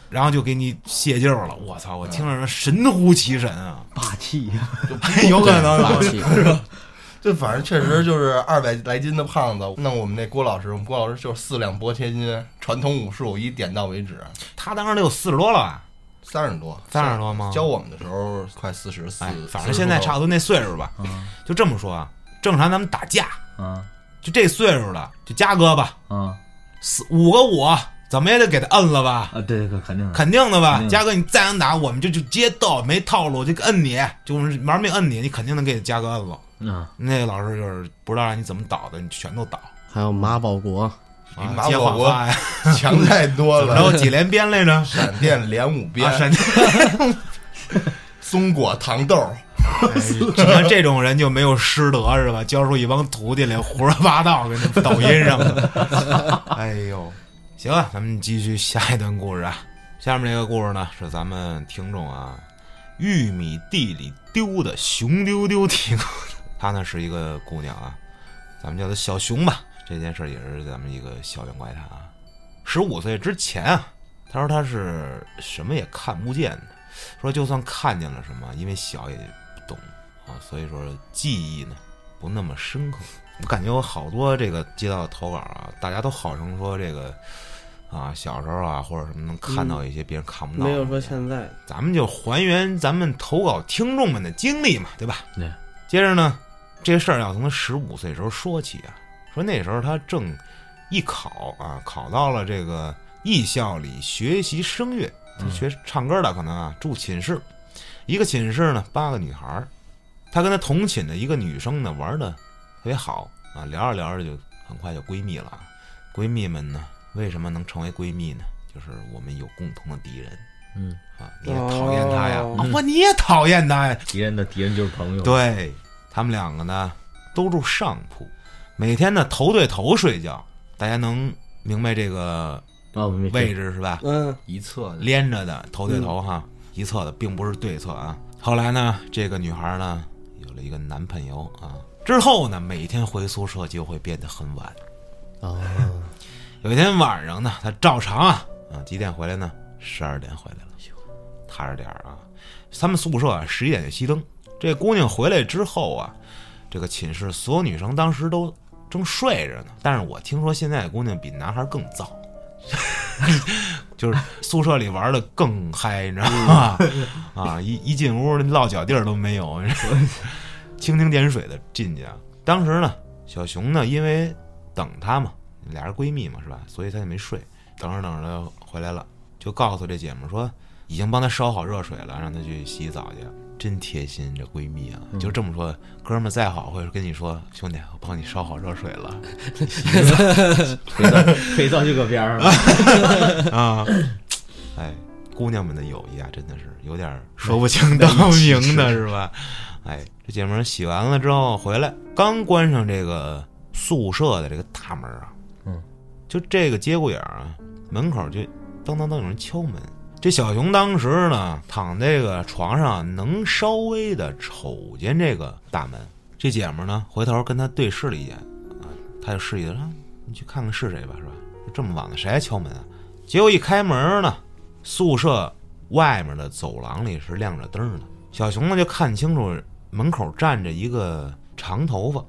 [SPEAKER 1] 然后就给你泄劲儿了。我操！我听着神乎其神啊，
[SPEAKER 2] 嗯
[SPEAKER 6] 霸 气，
[SPEAKER 1] 有可能
[SPEAKER 6] 霸
[SPEAKER 1] 啊
[SPEAKER 6] 气，
[SPEAKER 2] 这反正确实就是二百来斤的胖子。那我们那郭老师，我们郭老师就是四两拨千斤，传统武术一点到为止，
[SPEAKER 1] 他当时得有四十多了吧？
[SPEAKER 2] 三十多，
[SPEAKER 1] 三十多吗？
[SPEAKER 2] 教我们的时候快四十四
[SPEAKER 1] 哎，，反正现在差不
[SPEAKER 2] 多。嗯
[SPEAKER 1] 多那岁数吧。就这么说啊，正常咱们打架，
[SPEAKER 4] 啊
[SPEAKER 6] 嗯
[SPEAKER 1] 就这岁数了，就嘉哥吧，
[SPEAKER 6] 嗯
[SPEAKER 1] 四五个我怎么也得给他摁了吧？
[SPEAKER 6] 啊，对，肯定是，
[SPEAKER 1] 肯定的吧
[SPEAKER 6] 肯定，的
[SPEAKER 1] 嘉哥，你再敢打，我们就就接斗，没套路就摁你，就是玩命摁你，你肯定能给嘉哥摁了。
[SPEAKER 6] 嗯，
[SPEAKER 1] 那个老师就是不知道让你怎么倒的，你全都倒，啊
[SPEAKER 3] 还有马保国，
[SPEAKER 2] 比马
[SPEAKER 1] 接
[SPEAKER 2] 保
[SPEAKER 1] 谎
[SPEAKER 2] 国
[SPEAKER 1] 话呀，
[SPEAKER 2] 强太多
[SPEAKER 1] 然后
[SPEAKER 2] 了。
[SPEAKER 1] 几连鞭来着，啊，
[SPEAKER 2] 闪电连舞鞭、
[SPEAKER 1] 闪电，
[SPEAKER 2] 松果糖豆，
[SPEAKER 1] 你看这种人就没有师德是吧？教出一帮徒弟来胡说八道，跟那抖音上的。哎呦，行啊，咱们继续下一段故事啊。下面这个故事呢，是咱们听众啊，玉米地里丢的熊丢丢提供的。她呢是一个姑娘啊，咱们叫她小熊吧。这件事儿也是咱们一个校园怪谈啊。十五岁之前啊，她说她是什么也看不见的，说就算看见了什么，因为小也不懂啊，所以说记忆呢不那么深刻。我感觉我好多这个接到的投稿啊，大家都好像说这个啊，小时候啊或者什么能看到
[SPEAKER 6] 嗯
[SPEAKER 1] 一些别人看不到的东西，
[SPEAKER 6] 在，
[SPEAKER 1] 咱们就还原咱们投稿听众们的经历嘛，对吧？
[SPEAKER 6] 对。
[SPEAKER 1] 接着呢，这事儿要从他十五岁时候说起啊，说那时候他正艺考啊，考到了这个艺校里学习声乐，他
[SPEAKER 6] 嗯
[SPEAKER 1] 学唱歌的可能啊，住寝室，一个寝室呢八个女孩儿，他跟他同寝的一个女生呢玩的特别好啊，聊着聊着就很快就闺蜜了啊。闺蜜们呢，为什么能成为闺蜜呢？就是我们有共同的敌人。
[SPEAKER 6] 嗯
[SPEAKER 1] 啊，你也讨厌他呀？啊，我你也讨厌他呀？
[SPEAKER 6] 敌人的敌人就是朋友，
[SPEAKER 1] 对，他们两个呢都住上铺，每天呢头对头睡觉，大家能明白这个
[SPEAKER 6] 啊，我没
[SPEAKER 1] 位置是吧？
[SPEAKER 3] 嗯，
[SPEAKER 2] 一 侧的
[SPEAKER 1] 连着的头对头哈，一侧的并不是对侧啊。后来呢，这个女孩呢有了一个男朋友啊，之后呢每天回宿舍就会变得很晚。
[SPEAKER 3] 哦，
[SPEAKER 1] 有一天晚上呢，她照常啊哎啊几点回来呢？十二点回来了，踏实点儿啊。他们宿舍啊十一点就熄灯。这姑娘回来之后啊，这个寝室所有女生当时都正睡着呢，但是我听说现在的姑娘比男孩更燥。 就是宿舍里玩的更嗨，你知道吗？ 啊，一一进屋那落脚地儿都没 有，蜻蜓点水的进去啊。当时呢，小熊呢，因为等她嘛，俩人闺蜜嘛，是吧？所以她就没睡。等着等着回来了，就告诉这姐们儿说，已经帮她烧好热水了，让她去洗澡去。真贴心，这闺蜜啊，就这么说，哥们儿再好会跟你说，兄弟，我帮你烧好热水了。
[SPEAKER 6] 肥皂就搁边上了，
[SPEAKER 1] 啊，哎，姑娘们的友谊啊，真的是有点儿说不清道不明的，是吧？哎，这姐们儿洗完了之后回来，刚关上这个宿舍的这个大门啊，
[SPEAKER 6] 嗯，
[SPEAKER 1] 就这个节骨眼儿啊，门口就当当当有人敲门。这小熊当时呢，躺这个床上，能稍微的瞅见这个大门。这姐们儿呢，回头跟他对视了一眼，啊，他就示意他说：“你去看看是谁吧，是吧？这么晚了，谁还敲门啊？”结果一开门呢，宿舍外面的走廊里是亮着灯的。小熊呢就看清楚门口站着一个长头发，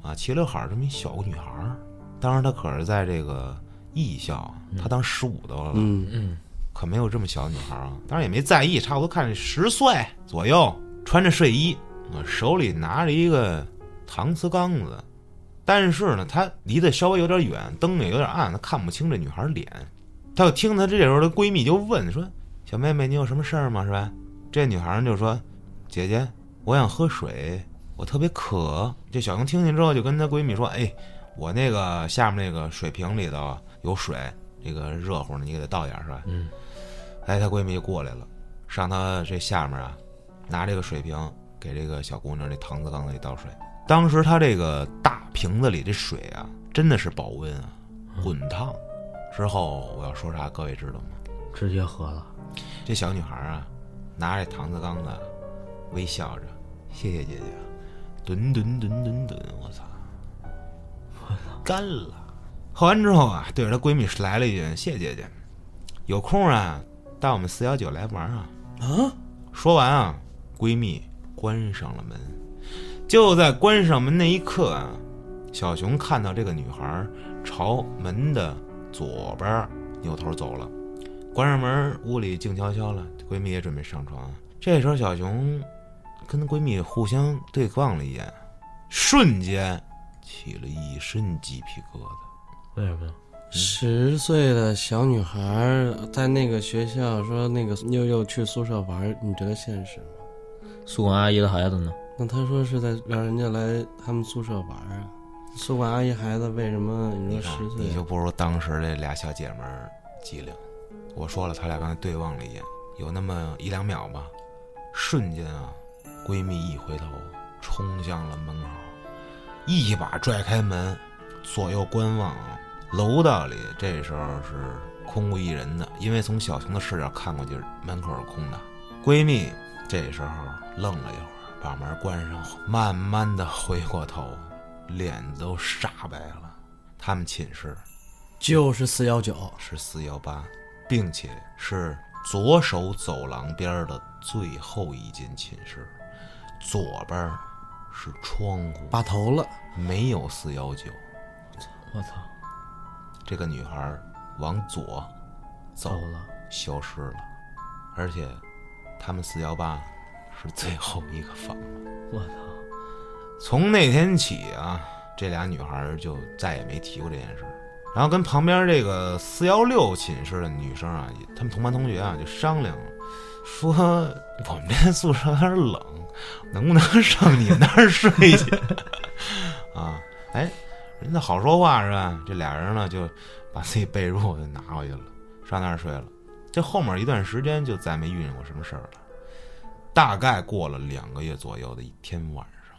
[SPEAKER 1] 啊，齐刘海儿这么一小女孩儿。当时她可是在这个艺校啊，她当十五多了，
[SPEAKER 3] 嗯，
[SPEAKER 1] 可没有这么小的女孩儿啊。当然也没在意，差不多看十岁左右，穿着睡衣，啊，手里拿着一个搪瓷缸子。但是呢，她离得稍微有点远，灯也有点暗，她看不清这女孩儿脸。她就听她这时候的闺蜜就问说：“小妹妹，你有什么事儿吗？”是吧？这女孩儿就说：“姐姐，我想喝水，我特别渴。”这小熊听见之后就跟她闺蜜说：“哎，我那个下面那个水瓶里头啊有水，这个热乎呢，你给它倒点儿是吧？”嗯。哎，她闺蜜就过来了，上她这下面啊，拿这个水瓶给这个小姑娘这搪瓷缸子里倒水。当时她这个大瓶子里这水啊，真的是保温啊，滚烫。之后我要说啥，各位知道吗？
[SPEAKER 6] 直接喝了，
[SPEAKER 1] 这小女孩啊，拿着搪瓷缸子，微笑着，谢谢姐姐，吨吨吨吨吨，我操，我操，干了。喝完之后啊，对着她闺蜜来了一句：“谢谢姐姐，有空啊，到我们四幺九来玩啊。”啊！说完啊，闺蜜关上了门。就在关上门那一刻啊，小熊看到这个女孩朝门的左边儿扭头走了。关上门，屋里静悄悄了，闺蜜也准备上床。这时候，小熊跟闺蜜互相对望了一眼，瞬间起了一身鸡皮疙瘩。
[SPEAKER 6] 为什么呀？
[SPEAKER 3] 十岁的小女孩儿在那个学校说那个又又去宿舍玩儿，你觉得现实吗？
[SPEAKER 6] 宿管阿姨的孩子呢？
[SPEAKER 3] 那她说是在让人家来他们宿舍玩儿啊，宿管阿姨孩子为什么你
[SPEAKER 1] 你
[SPEAKER 3] 说
[SPEAKER 1] 看
[SPEAKER 3] 十，岁
[SPEAKER 1] 你就不如当时这俩小姐们儿机灵。我说了，她俩刚才对望了一眼，有那么一两秒吧，瞬间啊，闺蜜一回头，冲向了门口，一把拽开门，左右观望啊。楼道里这时候是空无一人的，因为从小熊的视角看过去，门口是空的。闺蜜这时候愣了一会儿，把门关上，慢慢的回过头，脸都煞白了。他们寝室
[SPEAKER 3] 就是四幺九，
[SPEAKER 1] 是四幺八，并且是左手走廊边儿的最后一间寝室，左边儿是窗户，
[SPEAKER 3] 把头了，
[SPEAKER 1] 没有四幺九。
[SPEAKER 6] 我操，
[SPEAKER 1] 这个女孩儿往左走
[SPEAKER 6] 走了，
[SPEAKER 1] 消失了，而且他们四幺八是最后一个房。
[SPEAKER 6] 我操，
[SPEAKER 1] 从那天起啊，这俩女孩儿就再也没提过这件事儿。然后跟旁边这个四幺六寝室的女生啊，也她们同班同学啊，就商量说，我们这宿舍有点冷，能不能上你们那儿睡去？ 啊，哎，人家好说话是吧？这俩人呢就把自己被褥就拿回去了，上那儿睡了。这后面一段时间就再没遇见过什么事儿了。大概过了两个月左右的一天晚上。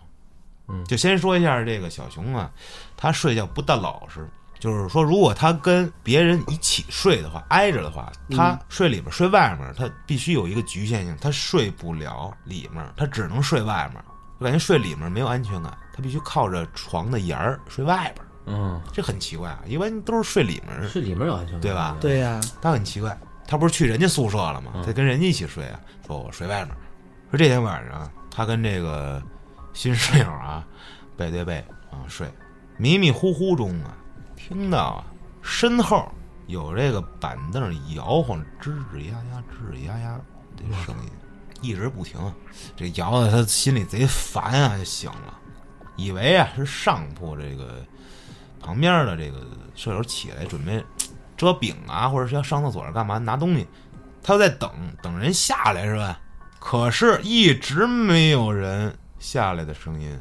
[SPEAKER 6] 嗯
[SPEAKER 1] 就先说一下这个小熊啊，他睡觉不大老实，就是说如果他跟别人一起睡的话，挨着的话，
[SPEAKER 6] 嗯
[SPEAKER 1] 他睡里边睡外面，他必须有一个局限性，他睡不了里面，他只能睡外面，就感觉睡里面没有安全感，他必须靠着床的沿儿睡外边，
[SPEAKER 6] 嗯，
[SPEAKER 1] 这很奇怪啊，一般都是睡里面，
[SPEAKER 6] 是里面有安全感，
[SPEAKER 1] 对吧？
[SPEAKER 7] 对呀、
[SPEAKER 1] 他很奇怪，他不是去人家宿舍了吗？他跟人家一起睡啊，说我睡外面。说这天晚上啊，他跟这个新室友啊，背对背啊睡，迷迷糊糊中啊，听到啊身后有这个板凳摇晃，吱吱呀呀，吱吱呀呀这声音，一直不停。啊这摇的他心里贼烦啊，就醒了，以为啊是上铺这个旁边的这个舍友起来准备遮饼啊，或者是要上厕所干嘛拿东西，他就在等等人下来是吧？可是，一直没有人下来的声音，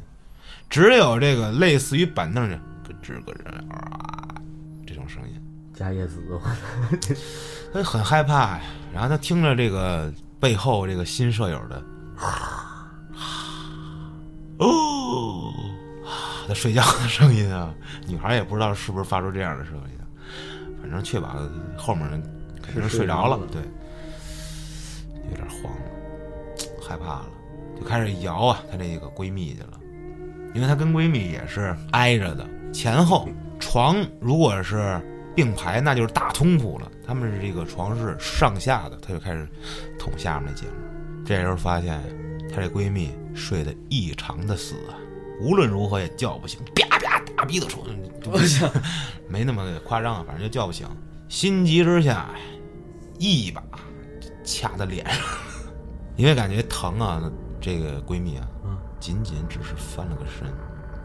[SPEAKER 1] 只有这个类似于板凳上咯吱咯吱啊这种声音，
[SPEAKER 6] 加叶子，
[SPEAKER 1] 他很害怕呀。然后他听着这个背后这个新舍友的，哦，他睡觉的声音啊，女孩也不知道是不是发出这样的声音啊，反正确把后面人肯定是睡着了，对，有点慌了，害怕了，就开始摇啊她这个闺蜜去了，因为她跟闺蜜也是挨着的，前后床如果是并排，那就是大通铺了，他们是这个床是上下的，她就开始捅下面那姐们儿，这时候发现她这闺蜜睡得异常的死啊。无论如何也叫不醒，啪啪大逼的说， 我操，没那么夸张啊，反正就叫不醒。心急之下，一把掐她脸上， 因为感觉疼啊。这个闺蜜啊，仅仅只是翻了个身，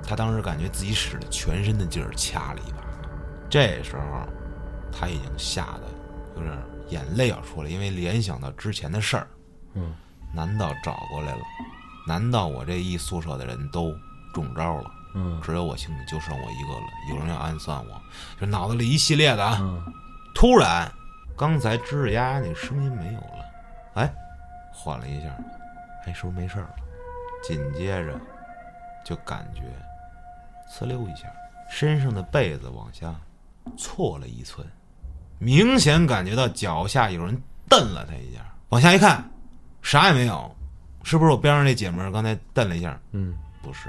[SPEAKER 1] 她当时感觉自己使了全身的劲儿掐了一把。这时候，她已经吓得有点眼泪要出来，因为联想到之前的事儿。嗯，难道找过来了？难道我这一宿舍的人都中招了？嗯，只有我幸运，就剩我一个了。有人要暗算我，就脑子里一系列的啊。突然，刚才吱吱呀呀那声音没有了，哎，缓了一下，哎，是不是没事儿了？紧接着，就感觉呲溜一下，身上的被子往下错了一寸，明显感觉到脚下有人蹬了他一下。往下一看，啥也没有，是不是我边上那姐们儿刚才蹬了一下？
[SPEAKER 6] 嗯，
[SPEAKER 1] 不是，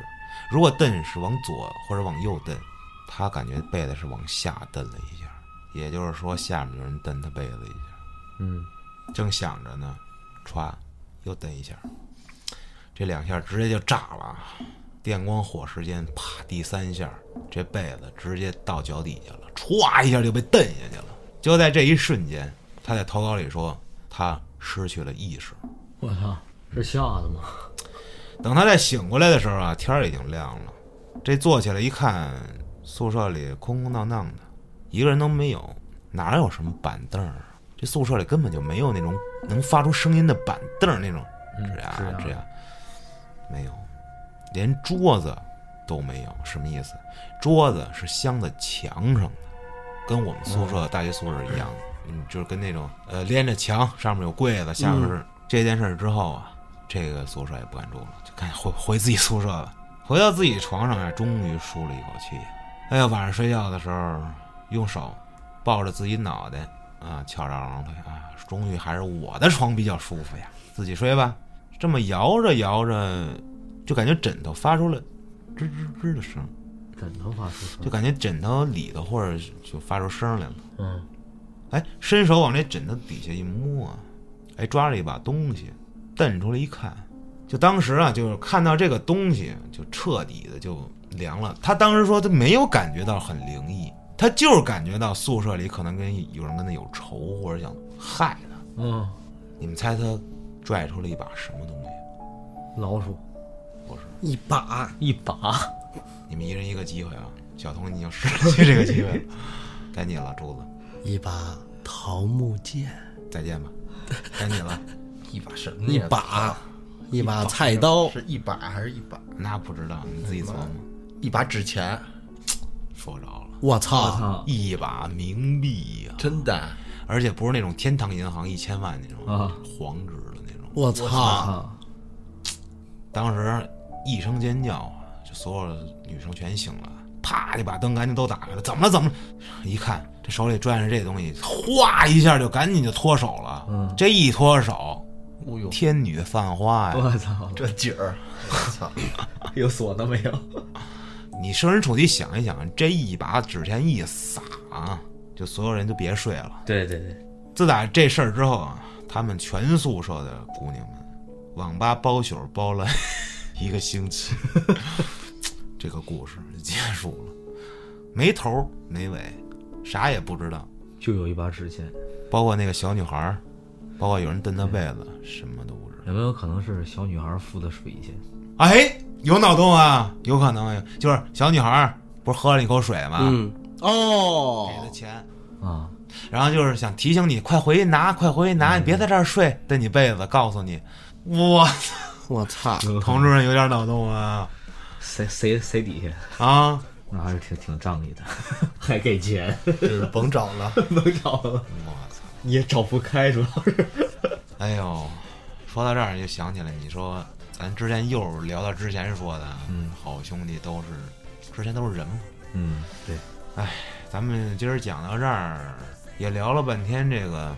[SPEAKER 1] 如果蹬是往左或者往右蹬，她感觉被子是往下蹬了一下，也就是说下面有人蹬她被子一下。
[SPEAKER 6] 嗯，
[SPEAKER 1] 正想着呢，歘，又蹬一下，这两下直接就炸了啊！电光火石间，啪，第三下，这被子直接到脚底下了，歘一下就被蹬下去了。就在这一瞬间，她在投稿里说，她失去了意识。
[SPEAKER 6] 我操，是吓的吗？
[SPEAKER 1] 等他再醒过来的时候啊，天儿已经亮了。这坐起来一看，宿舍里空空荡荡的，一个人都没有，哪有什么板凳儿啊？这宿舍里根本就没有那种能发出声音的板凳儿那种，吱呀
[SPEAKER 6] 是啊
[SPEAKER 1] 吱呀，没有，连桌子都没有。什么意思？桌子是镶在墙上的，跟我们宿舍、大学宿舍一样，嗯，就是跟那种呃连着墙，上面有柜子，下面是、这件事儿之后啊，这个宿舍也不敢住了，就赶紧回回自己宿舍吧。回到自己床上啊，终于舒了一口气。哎呀，晚上睡觉的时候，用手抱着自己脑袋啊，翘着二郎腿啊，终于还是我的床比较舒服呀，自己睡吧。这么摇着摇着，就感觉枕头发出了吱吱吱的声，
[SPEAKER 6] 枕头发出声
[SPEAKER 1] 就，感觉枕头里头或者是就发出声来了。
[SPEAKER 6] 嗯，
[SPEAKER 1] 哎，伸手往这枕头底下一摸啊，哎，抓了一把东西，瞪出来一看，就当时啊，就是看到这个东西就彻底的就凉了。他当时说他没有感觉到很灵异，他就是感觉到宿舍里可能跟有人跟他有仇或者想害他。
[SPEAKER 6] 嗯，
[SPEAKER 1] 你们猜他拽出了一把什么东西？
[SPEAKER 6] 老鼠，
[SPEAKER 7] 一把
[SPEAKER 6] 一把，
[SPEAKER 1] 你们一人一个机会啊！小童，你已经失去这个机会了， 该你了，柱子，
[SPEAKER 3] 一把桃木剑，
[SPEAKER 1] 再见吧，该你了。
[SPEAKER 2] 一把什么
[SPEAKER 3] 一
[SPEAKER 2] 呀？
[SPEAKER 3] 把，一把菜刀，
[SPEAKER 2] 是一把还是一把？
[SPEAKER 1] 那不知道，你自己琢磨。
[SPEAKER 2] 一把纸钱，
[SPEAKER 1] 说着了，
[SPEAKER 3] 我操！
[SPEAKER 6] 啊
[SPEAKER 1] 一把冥币呀、
[SPEAKER 2] 真的。啊
[SPEAKER 1] 而且不是那种天堂银行一千万那种，
[SPEAKER 6] 啊
[SPEAKER 1] 黄纸的那种。
[SPEAKER 3] 我操！
[SPEAKER 6] 啊，
[SPEAKER 1] 当时一声尖叫啊，就所有女生全醒了，啪就把灯赶紧都打开了。怎么了？怎么了？一看这手里攥着这东西，哗一下就赶紧就脱手了。
[SPEAKER 6] 嗯
[SPEAKER 1] 这一脱手，
[SPEAKER 6] 哦呦，哦
[SPEAKER 1] 天女散花呀！
[SPEAKER 6] 我操！
[SPEAKER 2] 这景儿，我操！
[SPEAKER 4] 有锁的没有？
[SPEAKER 1] 你设身处地想一想，这一把纸钱一撒，啊就所有人就别睡了。
[SPEAKER 3] 对对对，
[SPEAKER 1] 自打这事儿之后啊，他们全宿舍的姑娘们，网吧包宿包了 一个星期， 这个故事就结束了，没头儿没尾，啥也不知道。
[SPEAKER 6] 就有一把纸钱，
[SPEAKER 1] 包括那个小女孩儿，包括有人蹬她被子，什么都不知道。
[SPEAKER 6] 有没有可能是小女孩付的水钱？
[SPEAKER 1] 哎，有脑洞啊，有可能啊就是小女孩儿不是喝了一口水吗？
[SPEAKER 3] 嗯，
[SPEAKER 1] 给
[SPEAKER 7] 哦
[SPEAKER 1] 的，钱，
[SPEAKER 6] 啊，
[SPEAKER 1] 然后就是想提醒你快回去拿，快回去拿，你别在这儿睡，蹬你被子，告诉你，哇，
[SPEAKER 7] 我操！
[SPEAKER 1] 同志们有点脑洞啊
[SPEAKER 4] 谁谁谁底下
[SPEAKER 1] 啊！
[SPEAKER 6] 那还是挺挺仗义的， 还给钱。
[SPEAKER 2] 就是甭找了，
[SPEAKER 4] 能找了？
[SPEAKER 1] 我操，
[SPEAKER 4] 你也找不开，主要是。
[SPEAKER 1] 哎呦，说到这儿就想起来，你说咱之前又聊到之前说的，嗯，好兄弟都是之前都是人嘛，
[SPEAKER 4] 嗯，
[SPEAKER 1] 咱们今儿讲到这儿，也聊了半天这个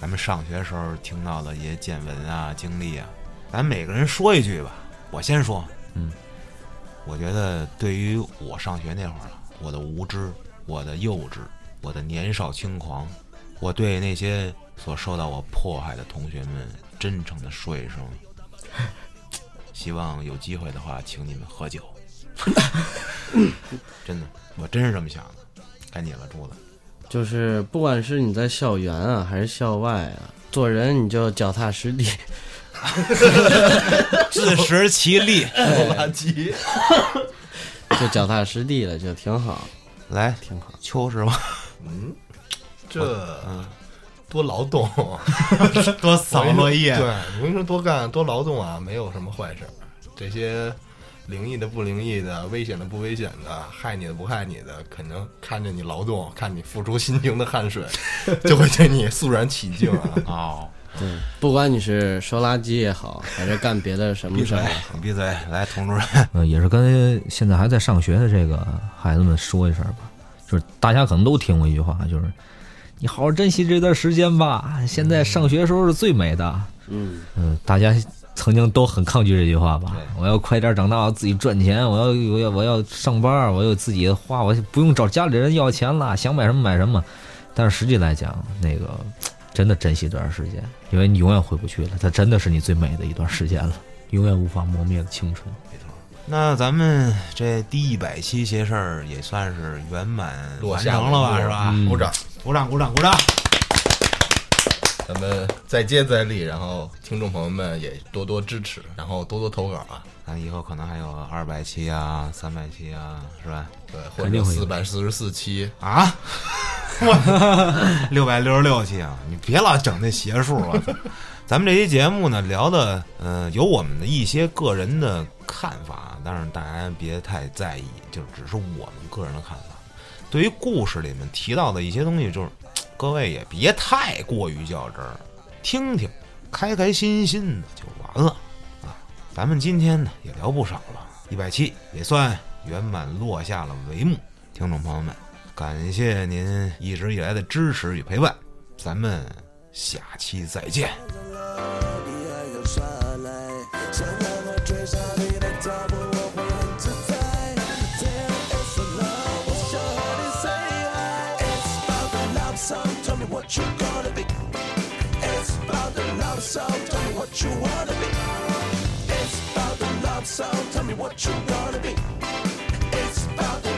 [SPEAKER 1] 咱们上学时候听到的一些见闻啊、经历啊，咱每个人说一句吧。我先说，
[SPEAKER 4] 嗯，
[SPEAKER 1] 我觉得对于我上学那会儿啊，我的无知、我的幼稚、我的年少轻狂，我对那些所受到我迫害的同学们真诚的说一声， 希望有机会的话，请你们喝酒。 真的，我真是这么想的。该你了，柱子。
[SPEAKER 3] 就是不管是你在校园啊，还是校外啊，做人你就脚踏实地。
[SPEAKER 1] 自食其力。
[SPEAKER 2] 垃圾。
[SPEAKER 3] 就脚踏实地了，就挺好，
[SPEAKER 1] 来，
[SPEAKER 3] 挺好。
[SPEAKER 1] 秋是吗？
[SPEAKER 2] 这多劳动， 啊
[SPEAKER 1] 多扫落叶。
[SPEAKER 2] 对，我跟你说，多干多劳动啊，没有什么坏事儿。这些灵异的不灵异的，危险的不危险的，害你的不害你的，肯定看着你劳动，看你付出辛勤的汗 水，就会对你肃然起敬啊。
[SPEAKER 1] 哦，
[SPEAKER 3] 对，不管你是收垃圾也好，还是干别的什么
[SPEAKER 1] 闭
[SPEAKER 3] 事
[SPEAKER 1] 嘴
[SPEAKER 3] 儿，，
[SPEAKER 1] 你闭嘴。来，佟主任，
[SPEAKER 4] 呃，也是跟现在还在上学的这个孩子们说一声吧，就是大家可能都听过一句话，就是你好好珍惜这段时间吧，现在上学时候是最美的。
[SPEAKER 3] 嗯，
[SPEAKER 4] 嗯，大家曾经都很抗拒这句话吧
[SPEAKER 2] 对？
[SPEAKER 4] 我要快点长大，我要自己赚钱，我要我要我要上班，我有自己的花，我不用找家里人要钱了，想买什么买什么。但是实际来讲，那个真的珍惜这段时间，因为你永远回不去了，它真的是你最美的一段时间了，永远无法磨灭的青春。
[SPEAKER 1] 那咱们这第一百期邪事儿也算是圆满
[SPEAKER 2] 落
[SPEAKER 1] 完
[SPEAKER 2] 下
[SPEAKER 1] 成了吧，
[SPEAKER 2] 帷幕
[SPEAKER 1] 是吧？
[SPEAKER 4] 嗯
[SPEAKER 2] 鼓掌，
[SPEAKER 1] 鼓掌，鼓掌，鼓掌！
[SPEAKER 2] 咱们再接再厉，然后听众朋友们也多多支持，然后多多投稿啊。
[SPEAKER 1] 咱以后可能还有二百期啊，三百期啊，是吧？
[SPEAKER 2] 对，或
[SPEAKER 4] 肯定
[SPEAKER 2] 者
[SPEAKER 4] 会有
[SPEAKER 2] 四百四十四期，
[SPEAKER 1] 啊， 我六百六十六期啊！你别老整那邪数了。 咱们这期节目呢，聊的呃有我们的一些个人的看法，但是大家别太在意，就只是我们个人的看法。对于故事里面提到的一些东西，就是各位也别太过于较真儿，听听，开开心心的就完了啊。咱们今天呢也聊不少了，一百期也算圆满落下了帷幕。听众朋友们，感谢您一直以来的支持与陪伴，咱们下期再见。
[SPEAKER 8] 你还要耍赖？想让我追上你的脚步，我会很自在。There is a love，我想和你 say hi，It's about the love song，tell me what you gonna be。It's about the love song，tell me what you wanna be。It's about the love song，tell me what you wanna be。It's about the